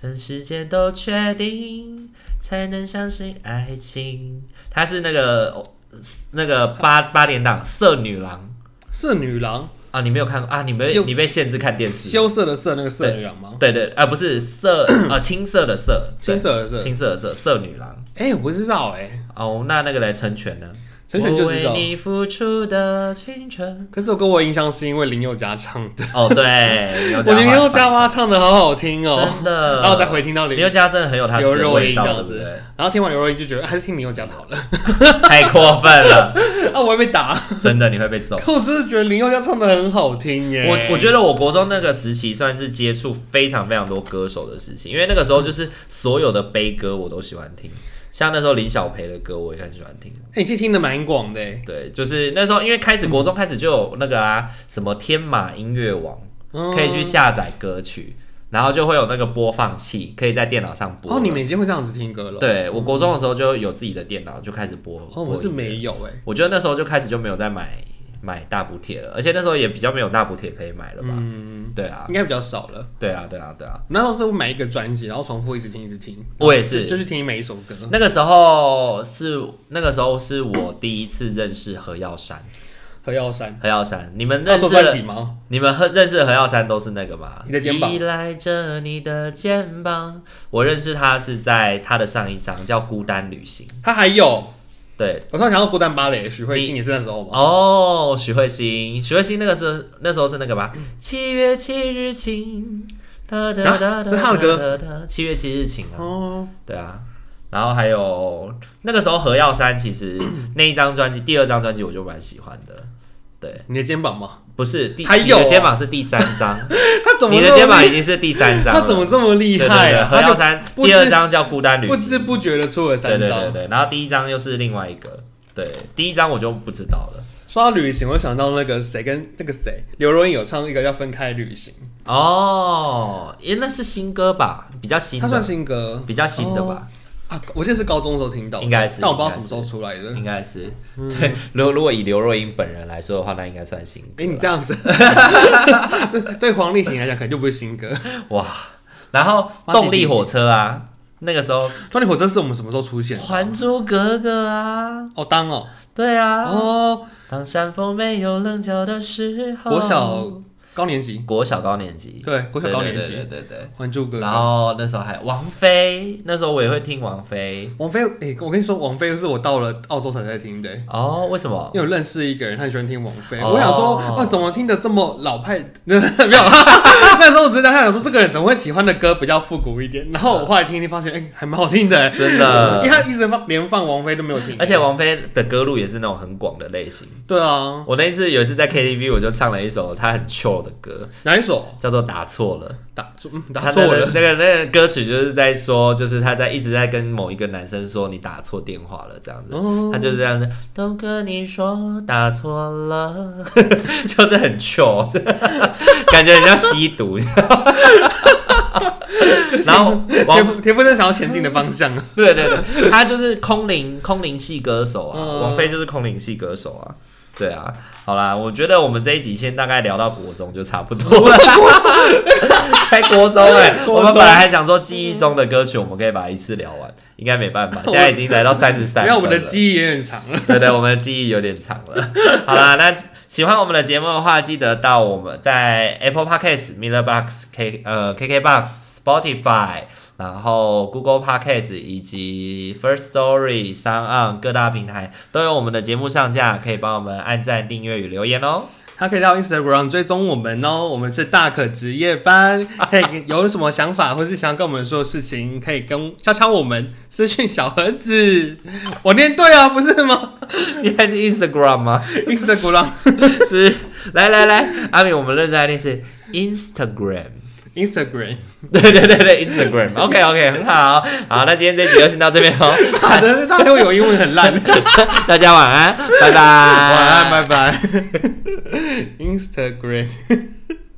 [SPEAKER 1] 等时间都确定，才能相信爱情。她是那个哦那个八八点档《色女郎
[SPEAKER 2] 色女郎，》
[SPEAKER 1] 啊，你没有看过啊？你被
[SPEAKER 2] 羞
[SPEAKER 1] 你被限制看电视？
[SPEAKER 2] 羞涩的涩，那个色女郎吗？
[SPEAKER 1] 对对，啊，不 是色呃青色的色，对
[SPEAKER 2] 青色的色。
[SPEAKER 1] 青色的色色女郎。
[SPEAKER 2] 哎，我不知道哎，
[SPEAKER 1] 哦，那那个来成全呢？
[SPEAKER 2] 成全就
[SPEAKER 1] 我
[SPEAKER 2] 知
[SPEAKER 1] 为
[SPEAKER 2] 道。
[SPEAKER 1] 你付出的青春。
[SPEAKER 2] 可是这首歌我有印象是因为林宥嘉唱的，
[SPEAKER 1] 哦，对，
[SPEAKER 2] 我
[SPEAKER 1] 刘
[SPEAKER 2] 觉得林宥嘉
[SPEAKER 1] 吗？
[SPEAKER 2] 哇唱的好好听哦，
[SPEAKER 1] 真的。
[SPEAKER 2] 然后再回听到林
[SPEAKER 1] 林宥嘉，真的很有他的
[SPEAKER 2] 刘若
[SPEAKER 1] 味
[SPEAKER 2] 英这
[SPEAKER 1] 道，
[SPEAKER 2] 样
[SPEAKER 1] 对不
[SPEAKER 2] 子
[SPEAKER 1] 对？，
[SPEAKER 2] 然后听完刘若英就觉得还是听林宥嘉的好了，
[SPEAKER 1] 太过分了，
[SPEAKER 2] 啊，我会被打。
[SPEAKER 1] 真的你会被揍。
[SPEAKER 2] 可我真的觉得林宥嘉唱的很好听耶。
[SPEAKER 1] 我我觉得我国中那个时期算是接触非常非常多歌手的事情，因为那个时候就是所有的悲歌我都喜欢听，像那时候林小培的歌我也很喜欢听。
[SPEAKER 2] 哎、你这听的蛮广的欸耶。
[SPEAKER 1] 对，就是那时候因为开始国中开始就有那个啊什么天马音乐网，
[SPEAKER 2] 哦
[SPEAKER 1] 可以去下载歌曲，然后就会有那个播放器，可以在电脑上播。
[SPEAKER 2] 哦，你们已经会这样子听歌了？，
[SPEAKER 1] 对我国中的时候就有自己的电脑，就开始播。
[SPEAKER 2] 哦，我
[SPEAKER 1] 播
[SPEAKER 2] 是
[SPEAKER 1] 音乐
[SPEAKER 2] 没有哎。
[SPEAKER 1] 我觉得那时候就开始就没有再买买大补贴了，而且那时候也比较没有大补贴可以买了吧？
[SPEAKER 2] 嗯，
[SPEAKER 1] 对啊，
[SPEAKER 2] 应该比较少了。
[SPEAKER 1] 对啊，对啊，对啊，
[SPEAKER 2] 那时候是买一个专辑，然后重复一直听，一直听。
[SPEAKER 1] 我也。
[SPEAKER 2] 就是就是听每一首歌。
[SPEAKER 1] 那个时候是那个时候是我第一次认识何耀珊，
[SPEAKER 2] 何耀珊，
[SPEAKER 1] 何耀珊，你们
[SPEAKER 2] 那
[SPEAKER 1] 认
[SPEAKER 2] 首
[SPEAKER 1] 识
[SPEAKER 2] 专
[SPEAKER 1] 的
[SPEAKER 2] 辑吗？
[SPEAKER 1] 你们和认识的何耀珊都是那个吗？
[SPEAKER 2] 你的肩膀
[SPEAKER 1] 依赖着你的肩膀。我认识他是在他的上一张叫《孤单旅行》，
[SPEAKER 2] 他还有，
[SPEAKER 1] 对，
[SPEAKER 2] 我突然想到孤单芭蕾，许慧欣也是那时候吗？
[SPEAKER 1] 哦，许慧欣，许慧欣那个是那时候是那个吧？
[SPEAKER 2] 嗯
[SPEAKER 1] 七月七日晴，哒哒哒哒
[SPEAKER 2] 啊这是他的歌
[SPEAKER 1] 哒哒哒，七月七日晴啊，
[SPEAKER 2] 哦，
[SPEAKER 1] 对啊。然后还有那个时候何耀珊，其实那一张专辑，第二张专辑我就蛮喜欢的。对，
[SPEAKER 2] 你的肩膀吗？
[SPEAKER 1] 不是第
[SPEAKER 2] 还有
[SPEAKER 1] 你
[SPEAKER 2] 哦
[SPEAKER 1] 的肩膀是第三张，
[SPEAKER 2] 他 怎么
[SPEAKER 1] 你
[SPEAKER 2] 那
[SPEAKER 1] 的
[SPEAKER 2] 么
[SPEAKER 1] 肩膀
[SPEAKER 2] 厉
[SPEAKER 1] 已经是第三张了，
[SPEAKER 2] 他怎么这么厉
[SPEAKER 1] 对对
[SPEAKER 2] 害
[SPEAKER 1] 对
[SPEAKER 2] 啊？
[SPEAKER 1] 何
[SPEAKER 2] 他
[SPEAKER 1] 耀
[SPEAKER 2] 就
[SPEAKER 1] 珊
[SPEAKER 2] 不知
[SPEAKER 1] 第二张叫《孤单旅
[SPEAKER 2] 不
[SPEAKER 1] 行》，
[SPEAKER 2] 知不觉的出了
[SPEAKER 1] 对
[SPEAKER 2] 三
[SPEAKER 1] 对对
[SPEAKER 2] 张。
[SPEAKER 1] 对，然后第一张又是另外一个，对，第一张我就不知道了。
[SPEAKER 2] 说到旅行，我想到那个谁跟那个谁，刘若英有唱一个叫《分开旅行
[SPEAKER 1] 哦，耶，那是新歌吧，比较》，新
[SPEAKER 2] 它算
[SPEAKER 1] 的，
[SPEAKER 2] 新歌
[SPEAKER 1] 比较新的吧，
[SPEAKER 2] 啊，我记得是高中的时候听到的，
[SPEAKER 1] 嗯应该是
[SPEAKER 2] 但我不知道什么时候出来的。
[SPEAKER 1] 应该是。
[SPEAKER 2] 嗯
[SPEAKER 1] 对，如如果以刘若英本人来说的话，那应该算新歌
[SPEAKER 2] 哎，你这样 子，对黄立行来讲，可能就不是新歌。
[SPEAKER 1] 哇。然后动力火车啊，那个时候《
[SPEAKER 2] 动力火车是我们什么时候出现的？
[SPEAKER 1] 还珠格格》啊，
[SPEAKER 2] 哦，当哦，
[SPEAKER 1] 对啊，
[SPEAKER 2] 哦，
[SPEAKER 1] 当山峰没有棱角的时候，
[SPEAKER 2] 国小高年级，
[SPEAKER 1] 国小高年级，
[SPEAKER 2] 对，国小高年
[SPEAKER 1] 对
[SPEAKER 2] 级，
[SPEAKER 1] 对对对对。
[SPEAKER 2] 《还珠格格
[SPEAKER 1] 然》。后那时候还有王菲，那时候我也会听王菲。
[SPEAKER 2] 王菲，哎，我跟你说，王菲是我到了澳洲才在听的，
[SPEAKER 1] 哦，为什么？
[SPEAKER 2] 因为我认识一个人，他很喜欢听王菲。
[SPEAKER 1] 哦
[SPEAKER 2] 我想说，哇，怎么听的这么老派？ 没有，那时候我只是在想说，这个人怎么会喜欢的歌比较复古一点？然后我后来听一听，发现哎、还蛮好听的，
[SPEAKER 1] 真的
[SPEAKER 2] 因为他一直放连放王菲都没有听，
[SPEAKER 1] 而且王菲的歌路也是那种很广的类型。
[SPEAKER 2] 对啊，
[SPEAKER 1] 我那一次有一次在 KTV，我就唱了一首她很 chill 的歌，
[SPEAKER 2] 哪一首
[SPEAKER 1] 叫做《打错了》。
[SPEAKER 2] 打错？嗯打错
[SPEAKER 1] 她的
[SPEAKER 2] 了。
[SPEAKER 1] 那个那个歌曲就是在说，就是她在一直在跟某一个男生说你打错电话了这样子。
[SPEAKER 2] 哦，
[SPEAKER 1] 她就是这样子，都跟你说打错了， 就是很 chill，感觉很像吸毒。你知道吗 然后王
[SPEAKER 2] 田馥田馥甄想要前进的方向 啊，
[SPEAKER 1] 对对对，他就是空灵空灵系歌手啊，
[SPEAKER 2] 嗯
[SPEAKER 1] 王菲就是空灵系歌手啊。对啊，好啦，我觉得我们这一集先大概聊到国中就差不 多了。开国中哎、
[SPEAKER 2] 国中
[SPEAKER 1] 我们本来还想说记忆中的歌曲，我们可以把它一次聊完，应该没办法，现在已经来到三十三
[SPEAKER 2] 因为我们
[SPEAKER 1] 分
[SPEAKER 2] 的
[SPEAKER 1] 了。
[SPEAKER 2] 记忆也很长了。
[SPEAKER 1] 对对，我们的记忆有点长了。 好啦，那喜欢我们的节目的话，记得到我们在 Apple Podcast、Miller Box、K 呃 KK Box、Spotify，然后 Google Podcast 以及 First Story、s o n On 各大平台都有我们的节目上架，可以帮我们按赞、订阅与留言哦。
[SPEAKER 2] 他可以到 Instagram 追踪我们哦，我们是大可职业 班，可以有什么想法或是想跟我们说的事情，可以跟敲敲我们私讯小盒子，我念对啊，不是 吗
[SPEAKER 1] 你还是 Instagram 吗？
[SPEAKER 2] ？Instagram
[SPEAKER 1] 是，来来来，阿敏，我们认真来念是 Instagram。
[SPEAKER 2] Instagram，
[SPEAKER 1] 对对对对，Instagram。OK OK，很好，好，那今天这集就先到这边哦，
[SPEAKER 2] 妈的，大陆有英文 很烂，
[SPEAKER 1] 大家晚安，拜拜，晚
[SPEAKER 2] 晚安，拜拜。Instagram。